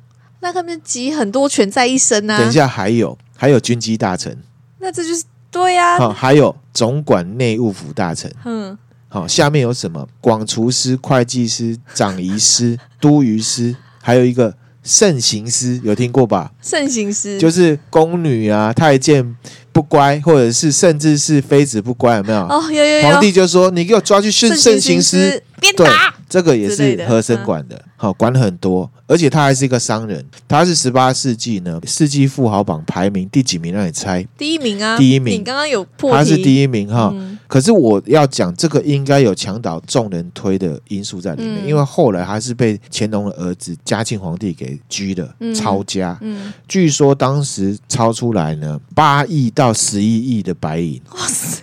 [SPEAKER 2] 那他们就集很多权在一身啊。
[SPEAKER 1] 等一，下还有还有军机大臣，
[SPEAKER 2] 那这就是对呀、
[SPEAKER 1] 好、还有总管内务府大臣。
[SPEAKER 2] 嗯，
[SPEAKER 1] 好，下面有什么？广厨师、会计师、掌仪师、 都虞师，还有一个盛行师，有听过吧？
[SPEAKER 2] 盛行师
[SPEAKER 1] 就是宫女啊、太监不乖，或者是甚至是妃子不乖，有没有？
[SPEAKER 2] 哦，有有有，
[SPEAKER 1] 皇帝就说：“你给我抓去
[SPEAKER 2] 盛
[SPEAKER 1] 训盛行师。
[SPEAKER 2] 师，鞭”
[SPEAKER 1] 对
[SPEAKER 2] 打。，
[SPEAKER 1] 这个也
[SPEAKER 2] 之类
[SPEAKER 1] 是
[SPEAKER 2] 的嗯
[SPEAKER 1] 和珅管的，好、管很多，而且他还是一个商人，他是十八世纪呢世纪富豪榜排名第几名？让你猜，
[SPEAKER 2] 第一名啊，
[SPEAKER 1] 第一名
[SPEAKER 2] 你刚刚有破题，
[SPEAKER 1] 他是第一名哈。
[SPEAKER 2] 嗯
[SPEAKER 1] 可是我要讲，这个应该有墙倒众人推的因素在里面，
[SPEAKER 2] 嗯
[SPEAKER 1] 因为后来他是被乾隆的儿子嘉庆皇帝给拘了，
[SPEAKER 2] 嗯
[SPEAKER 1] 抄家。
[SPEAKER 2] 嗯，
[SPEAKER 1] 据说当时抄出来呢，八亿到十一亿的白银
[SPEAKER 2] 哇塞，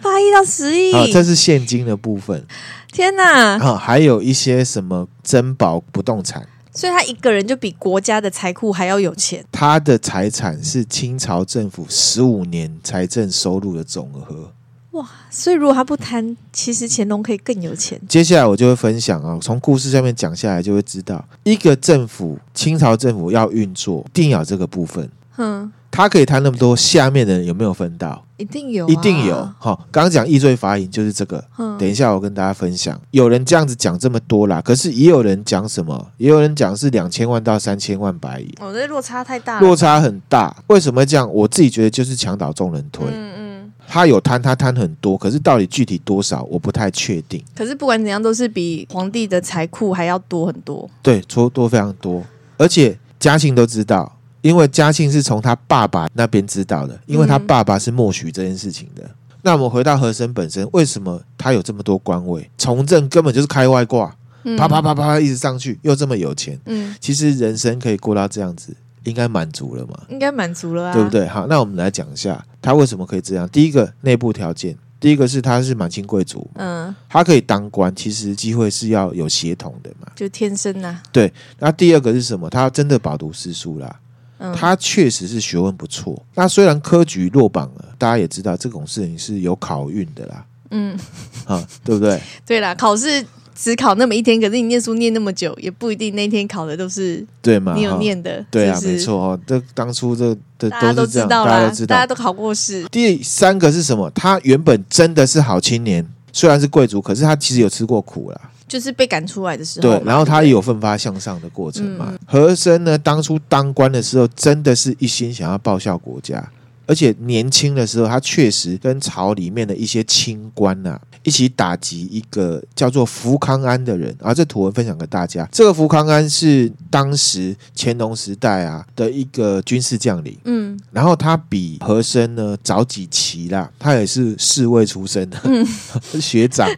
[SPEAKER 2] 八亿到十亿，
[SPEAKER 1] 啊，这是现金的部分
[SPEAKER 2] 天哪！
[SPEAKER 1] 啊，还有一些什么珍宝、不动产。
[SPEAKER 2] 所以他一个人就比国家的财库还要有钱，
[SPEAKER 1] 他的财产是清朝政府十五年财政收入的总和，
[SPEAKER 2] 所以如果他不贪，其实乾隆可以更有钱。
[SPEAKER 1] 接下来我就会分享啊，从故事上面讲下来，就会知道一个政府，清朝政府要运作，一定要有这个部分。
[SPEAKER 2] 嗯，
[SPEAKER 1] 他可以贪那么多，下面的人有没有分到？
[SPEAKER 2] 一定有、啊哦
[SPEAKER 1] 一定有。哈、刚刚讲易罪罚银就是这个。
[SPEAKER 2] 嗯，
[SPEAKER 1] 等一下，我跟大家分享。有人这样子讲这么多啦，可是也有人讲什么？也有人讲是两千万到三千万白银，
[SPEAKER 2] 我、哦、这落差太大了，
[SPEAKER 1] 落差很大。为什么这样？我自己觉得就是墙倒众人推。
[SPEAKER 2] 嗯嗯。
[SPEAKER 1] 他有贪，他贪很多，可是到底具体多少，我不太确定。
[SPEAKER 2] 可是不管怎样，都是比皇帝的财库还要多很多。
[SPEAKER 1] 对，多多非常多，而且嘉庆都知道，因为嘉庆是从他爸爸那边知道的，因为他
[SPEAKER 2] 嗯
[SPEAKER 1] 爸爸是默许这件事情的。那我们回到和珅本身，为什么他有这么多官位？从政根本就是开外挂，
[SPEAKER 2] 嗯，
[SPEAKER 1] 啪啪啪啪啪一直上去，又这么有钱。
[SPEAKER 2] 嗯，
[SPEAKER 1] 其实人生可以过到这样子，应该满足了嘛，
[SPEAKER 2] 应该满足了啊，
[SPEAKER 1] 对不？对？好，那我们来讲一下他为什么可以这样。第一个内部条件，第一个是他是满清贵族，
[SPEAKER 2] 嗯，
[SPEAKER 1] 他可以当官，其实机会是要有协同的嘛。
[SPEAKER 2] 就天生啊呐、
[SPEAKER 1] 那第二个是什么？他真的饱读诗书啦，
[SPEAKER 2] 嗯，
[SPEAKER 1] 他确实是学问不错。那虽然科举落榜了，大家也知道这种事情是有考运的啦，
[SPEAKER 2] 嗯，
[SPEAKER 1] 啊，对不 对？
[SPEAKER 2] 对啦，考试只考那么一天，可是你念书念那么久，也不一定那天考的都是
[SPEAKER 1] 对嘛？
[SPEAKER 2] 你有
[SPEAKER 1] 哈
[SPEAKER 2] 念的，
[SPEAKER 1] 啊对啊
[SPEAKER 2] 是，不是
[SPEAKER 1] 没，错哦。这当初这这
[SPEAKER 2] 大家
[SPEAKER 1] 都
[SPEAKER 2] 都
[SPEAKER 1] 是这
[SPEAKER 2] 知
[SPEAKER 1] 样，
[SPEAKER 2] 道
[SPEAKER 1] 大家
[SPEAKER 2] 啦
[SPEAKER 1] 都知，
[SPEAKER 2] 大
[SPEAKER 1] 道
[SPEAKER 2] 家。都考过试，
[SPEAKER 1] 第三个是什么？他原本真的是好青年，虽然是贵族，可是他其实有吃过苦啦。
[SPEAKER 2] 就是被赶出来的时候嘛，
[SPEAKER 1] 对，然后他也有奋发向上的过程嘛。
[SPEAKER 2] 嗯
[SPEAKER 1] 和珅呢，当初当官的时候，真的是一心想要报效国家，而且年轻的时候，他确实跟朝里面的一些清官呐、一起打击一个叫做福康安的人啊。这图文分享给大家。这个福康安是当时乾隆时代啊的一个军事将领，
[SPEAKER 2] 嗯，
[SPEAKER 1] 然后他比和珅呢早几期啦，他也是侍卫出身的，
[SPEAKER 2] 嗯
[SPEAKER 1] 是 学 长。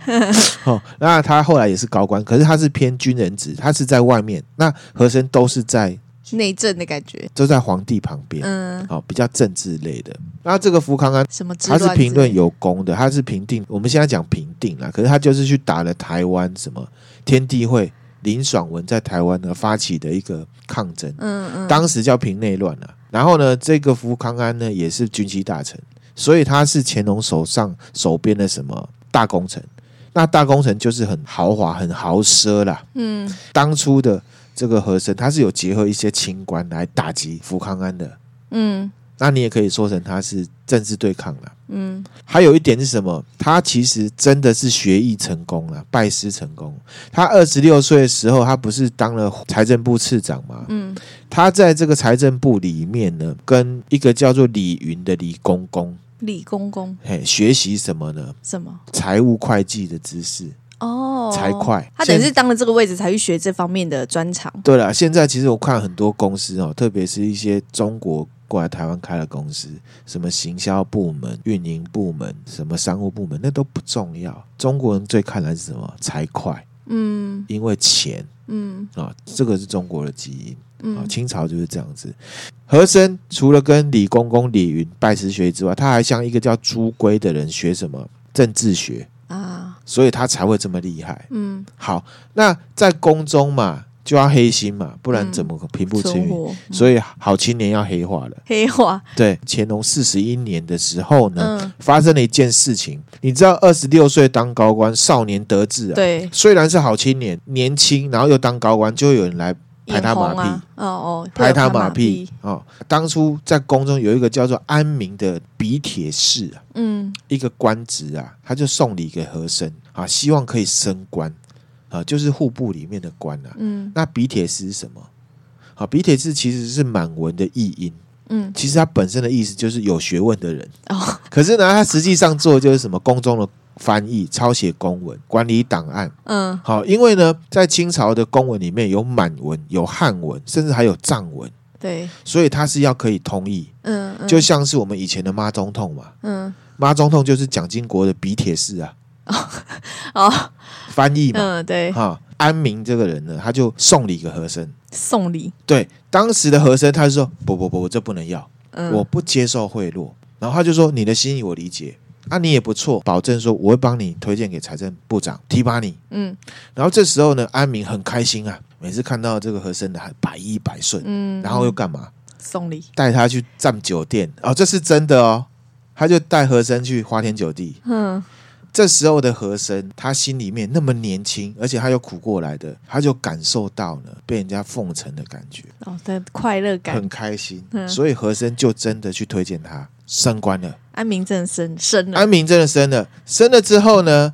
[SPEAKER 1] 哦，那他后来也是高官，可是他是偏军人职，他是在外面。那和珅都是在
[SPEAKER 2] 内政的感觉，
[SPEAKER 1] 都在皇帝旁边，
[SPEAKER 2] 嗯，
[SPEAKER 1] 哦，比较政治类的。那这个福康安。
[SPEAKER 2] 什么之
[SPEAKER 1] 他
[SPEAKER 2] 乱
[SPEAKER 1] 是
[SPEAKER 2] 之类的？
[SPEAKER 1] 评论有功的，他是评定，我们现在讲评定啦，可是他就是去打了台湾什么天地会林爽文在台湾呢发起的一个抗争，
[SPEAKER 2] 嗯嗯，
[SPEAKER 1] 当时叫平内乱啊。然后呢，这个福康安呢也是军机大臣，所以他是乾隆手上手边的什么大功臣。那大功臣就是很豪华、很豪奢啦。
[SPEAKER 2] 嗯
[SPEAKER 1] 当初的这个和珅，他是有结合一些清官来打击福康安的。
[SPEAKER 2] 嗯
[SPEAKER 1] 那你也可以说成他是政治对抗啦。
[SPEAKER 2] 嗯
[SPEAKER 1] 还有一点是什么？他其实真的是学艺成功了，拜师成功。他二十六岁的时候，他不是当了财政部次长吗？
[SPEAKER 2] 嗯
[SPEAKER 1] 他在这个财政部里面呢，跟一个叫做李云的李公公，
[SPEAKER 2] 李公公
[SPEAKER 1] 嘿，学习什么呢？
[SPEAKER 2] 什么？
[SPEAKER 1] 财务会计的知识，
[SPEAKER 2] 哦，
[SPEAKER 1] 财会。
[SPEAKER 2] 他等于是
[SPEAKER 1] 现
[SPEAKER 2] 当了这个位置才去学这方面的专长。
[SPEAKER 1] 对了，现在其实我看很多公司哦，特别是一些中国过来台湾开的公司，什么行销部门、运营部门、什么商务部门，那都不重要。中国人最看的是什么？财会，
[SPEAKER 2] 嗯
[SPEAKER 1] 因为钱
[SPEAKER 2] 嗯
[SPEAKER 1] 啊、这个是中国的基因。啊，
[SPEAKER 2] 嗯
[SPEAKER 1] 清朝就是这样子。和珅除了跟李公公、李云拜师学艺之外，他还向一个叫朱圭的人学什么政治学，
[SPEAKER 2] 啊
[SPEAKER 1] 所以他才会这么厉害。
[SPEAKER 2] 嗯，
[SPEAKER 1] 好，那在宫中嘛，就要黑心嘛，不然
[SPEAKER 2] 嗯
[SPEAKER 1] 怎么平步青
[SPEAKER 2] 存
[SPEAKER 1] 云？
[SPEAKER 2] 活嗯
[SPEAKER 1] 所以好青年要黑化了。
[SPEAKER 2] 黑化，
[SPEAKER 1] 对，乾隆四十一年的时候呢，
[SPEAKER 2] 嗯，
[SPEAKER 1] 发生了一件事情。你知道，二十六岁当高官，少年得志啊。
[SPEAKER 2] 对，
[SPEAKER 1] 虽然是好青年，年轻，然后又当高官，就会有人来拍他
[SPEAKER 2] 眼红
[SPEAKER 1] 马屁。
[SPEAKER 2] 啊哦哦，
[SPEAKER 1] 拍他
[SPEAKER 2] 拍
[SPEAKER 1] 马
[SPEAKER 2] 马
[SPEAKER 1] 屁，哦！当初在宫中有一个叫做安民的比铁士啊，
[SPEAKER 2] 嗯
[SPEAKER 1] 一个官职啊，他就送礼给和珅啊，希望可以升官啊，就是户部里面的官啊。
[SPEAKER 2] 嗯
[SPEAKER 1] 那比铁士是什么？啊，比铁士其实是满文的译音，
[SPEAKER 2] 嗯，
[SPEAKER 1] 其实它本身的意思就是有学问的人。
[SPEAKER 2] 哦，
[SPEAKER 1] 可是呢，他实际上做的就是什么宫中的翻译、抄写公文、管理档案。
[SPEAKER 2] 嗯
[SPEAKER 1] 好，因为呢，在清朝的公文里面有满文、有汉文，甚至还有藏文。
[SPEAKER 2] 对，
[SPEAKER 1] 所以他是要可以通译，
[SPEAKER 2] 嗯嗯
[SPEAKER 1] 就像是我们以前的妈中痛嘛，
[SPEAKER 2] 嗯
[SPEAKER 1] 妈中痛就是蒋经国的比铁式啊，
[SPEAKER 2] 哦
[SPEAKER 1] 翻译嘛，
[SPEAKER 2] 嗯对，
[SPEAKER 1] 哈、安民这个人呢，他就送礼给和珅，
[SPEAKER 2] 送礼，
[SPEAKER 1] 对，当时的和珅他就说不不不，我这不能要，
[SPEAKER 2] 嗯
[SPEAKER 1] 我不接受贿赂，然后他就说你的心意我理解，啊你也不错，保证说我会帮你推荐给财政部长提拔你，
[SPEAKER 2] 嗯
[SPEAKER 1] 然后这时候呢，安民很开心啊，每次看到这个和珅的还百依百顺，
[SPEAKER 2] 嗯，
[SPEAKER 1] 然后又干嘛？
[SPEAKER 2] 送礼，
[SPEAKER 1] 带他去占酒店哦，这是真的哦。他就带和珅去花天酒地。
[SPEAKER 2] 嗯，
[SPEAKER 1] 这时候的和珅，他心里面那么年轻，而且他又苦过来的，他就感受到呢被人家奉承的感觉，
[SPEAKER 2] 哦的快乐感
[SPEAKER 1] 很，开心。
[SPEAKER 2] 嗯
[SPEAKER 1] 所以和珅就真的去推荐他升官了。嗯
[SPEAKER 2] 安民真的生生了，
[SPEAKER 1] 安民真的升了，升了之后呢，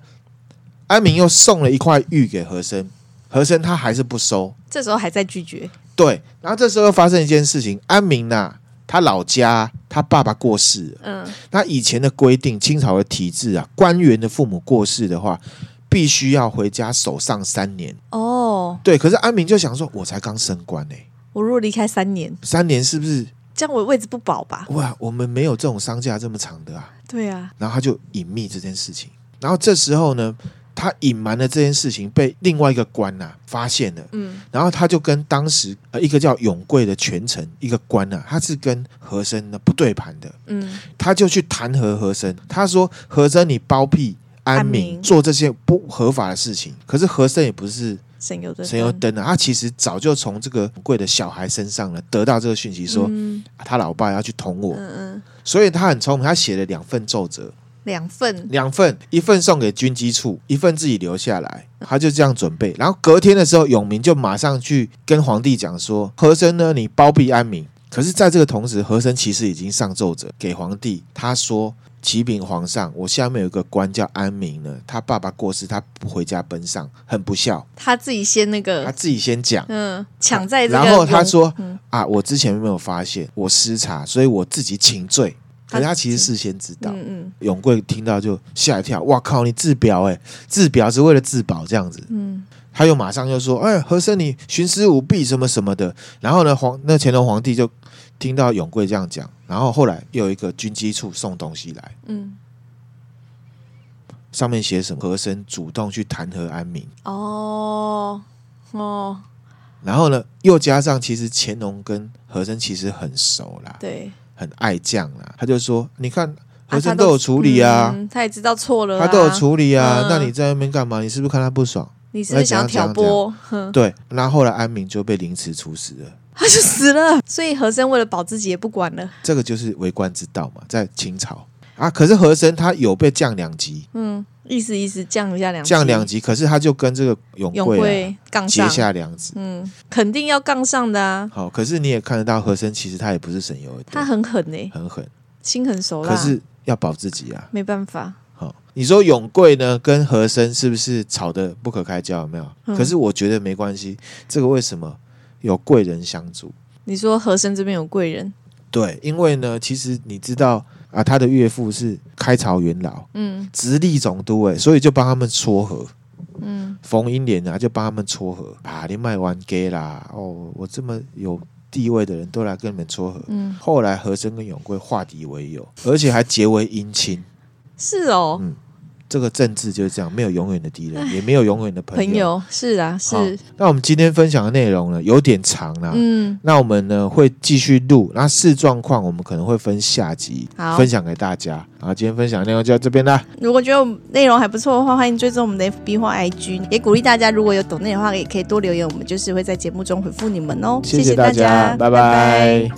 [SPEAKER 1] 安民又送了一块玉给和珅，和珅他还是不收。
[SPEAKER 2] 这时候还在拒绝，
[SPEAKER 1] 对，然后这时候又发生一件事情，安民呐、他老家他爸爸过世了，
[SPEAKER 2] 嗯，
[SPEAKER 1] 那以前的规定，清朝的体制啊，官员的父母过世的话，必须要回家守丧三年。
[SPEAKER 2] 哦，
[SPEAKER 1] 对，可是安民就想说，我才刚升官呢、欸
[SPEAKER 2] 我如果离开三年，
[SPEAKER 1] 三年是不是？
[SPEAKER 2] 这样我位置不保吧？
[SPEAKER 1] 哇，我们没有这种丧假这么长的啊。
[SPEAKER 2] 对啊，
[SPEAKER 1] 然后他就隐秘这件事情。然后这时候呢，他隐瞒了这件事情，被另外一个官呐、啊发现了。
[SPEAKER 2] 嗯，
[SPEAKER 1] 然后他就跟当时呃一个叫永贵的权臣，一个官呐、他是跟和珅呢不对盘的，
[SPEAKER 2] 嗯，
[SPEAKER 1] 他就去弹劾和珅。他说：“和珅，你包庇安
[SPEAKER 2] 安
[SPEAKER 1] 民，
[SPEAKER 2] 民
[SPEAKER 1] 做这些不合法的事情。”可是和珅也不是
[SPEAKER 2] 省油的
[SPEAKER 1] 神油灯啊，他其实早就从这个永贵的小孩身上呢得到这个讯息说，
[SPEAKER 2] 嗯
[SPEAKER 1] 啊他老爸要去捅我，
[SPEAKER 2] 嗯嗯，
[SPEAKER 1] 所以他很聪明，他写了两份奏折。
[SPEAKER 2] 两份
[SPEAKER 1] 两份，一份送给军机处，一份自己留下来。他就这样准备，然后隔天的时候，永明就马上去跟皇帝讲说：“和珅呢，你包庇安民。”可是，在这个同时，和珅其实已经上奏折给皇帝，他说：“启禀皇上，我下面有个官叫安民呢，他爸爸过世，他不回家奔丧，很不孝。
[SPEAKER 2] 他自己先那
[SPEAKER 1] 他
[SPEAKER 2] 个，
[SPEAKER 1] 自己先讲。”
[SPEAKER 2] 嗯，抢在这个，
[SPEAKER 1] 然后他说
[SPEAKER 2] 嗯：“
[SPEAKER 1] 啊，我之前没有发现，我失察，所以我自己请罪。”可是他其实事先知道，
[SPEAKER 2] 嗯嗯
[SPEAKER 1] 永贵听到就吓一跳，哇靠！你治表哎、治表是为了自保这样子，
[SPEAKER 2] 嗯，
[SPEAKER 1] 他又马上又说，哎、和珅你徇私舞弊什么什么的。然后呢，皇那乾隆皇帝就听到永贵这样讲，然后后来又有一个军机处送东西来，
[SPEAKER 2] 嗯，
[SPEAKER 1] 上面写什么和珅主动去弹劾安民，
[SPEAKER 2] 哦哦，
[SPEAKER 1] 然后呢又加上其实乾隆跟和珅其实很熟啦，
[SPEAKER 2] 对，
[SPEAKER 1] 很爱将啦，他就说，你看和
[SPEAKER 2] 嗯啊他
[SPEAKER 1] 珅都有处理啊。
[SPEAKER 2] 嗯他也知道错了啊，
[SPEAKER 1] 他都有处理啊，
[SPEAKER 2] 嗯
[SPEAKER 1] 那你在那边干嘛？你是不是看他不爽？
[SPEAKER 2] 你是不是想要挑拨？哼，
[SPEAKER 1] 对，那后来安民就被凌迟处死了，
[SPEAKER 2] 他就死了。所以和珅为了保自己也不管了。
[SPEAKER 1] 这个就是为官之道嘛，在清朝啊。可是和珅他有被降两级，
[SPEAKER 2] 嗯，意思意思降一下两
[SPEAKER 1] 降两，级，可是他就跟这个永
[SPEAKER 2] 永
[SPEAKER 1] 贵、
[SPEAKER 2] 贵杠
[SPEAKER 1] 啊、结
[SPEAKER 2] 上，
[SPEAKER 1] 下梁子。
[SPEAKER 2] 嗯，肯定要杠上的啊。
[SPEAKER 1] 好、可是你也看得到，和珅其实他也不是省油的
[SPEAKER 2] 他
[SPEAKER 1] 灯，
[SPEAKER 2] 很狠呢、
[SPEAKER 1] 很狠，
[SPEAKER 2] 心狠手辣，
[SPEAKER 1] 可是要保自己啊。
[SPEAKER 2] 没办法，
[SPEAKER 1] 好、你说永贵呢跟和珅是不是吵得不可开交？有没有？
[SPEAKER 2] 嗯
[SPEAKER 1] 可是我觉得没关系，这个为什么有贵人相助？
[SPEAKER 2] 你说和珅这边有贵人，
[SPEAKER 1] 对，因为呢，其实你知道啊，他的岳父是开朝元老，
[SPEAKER 2] 嗯
[SPEAKER 1] 直隶总督哎，所以就帮他们撮合。
[SPEAKER 2] 嗯，
[SPEAKER 1] 冯英莲啊，就帮他们撮合啊，你卖完给啦，哦，我这么有地位的人都来跟你们撮合。
[SPEAKER 2] 嗯
[SPEAKER 1] 后来和珅跟永贵化敌为友，而且还结为姻亲。
[SPEAKER 2] 是哦，
[SPEAKER 1] 嗯这个政治就是这样，没有永远的敌人，也没有永远的嗯朋
[SPEAKER 2] 朋友是啊
[SPEAKER 1] 好
[SPEAKER 2] 是，
[SPEAKER 1] 那我们今天分享的内容呢，有点长啦。
[SPEAKER 2] 嗯，
[SPEAKER 1] 那我们呢会继续录，那视状况我们可能会分下集
[SPEAKER 2] 好
[SPEAKER 1] 分享给大家。然后今天分享的内容就到这边啦，
[SPEAKER 2] 如果觉得我们内容还不错的话，欢迎追踪我们的 FB 或 IG，也鼓励大家如果有懂内的话，也可以多留言，我们就是会在节目中回复你们哦。谢
[SPEAKER 1] 谢大
[SPEAKER 2] 大家，
[SPEAKER 1] 拜拜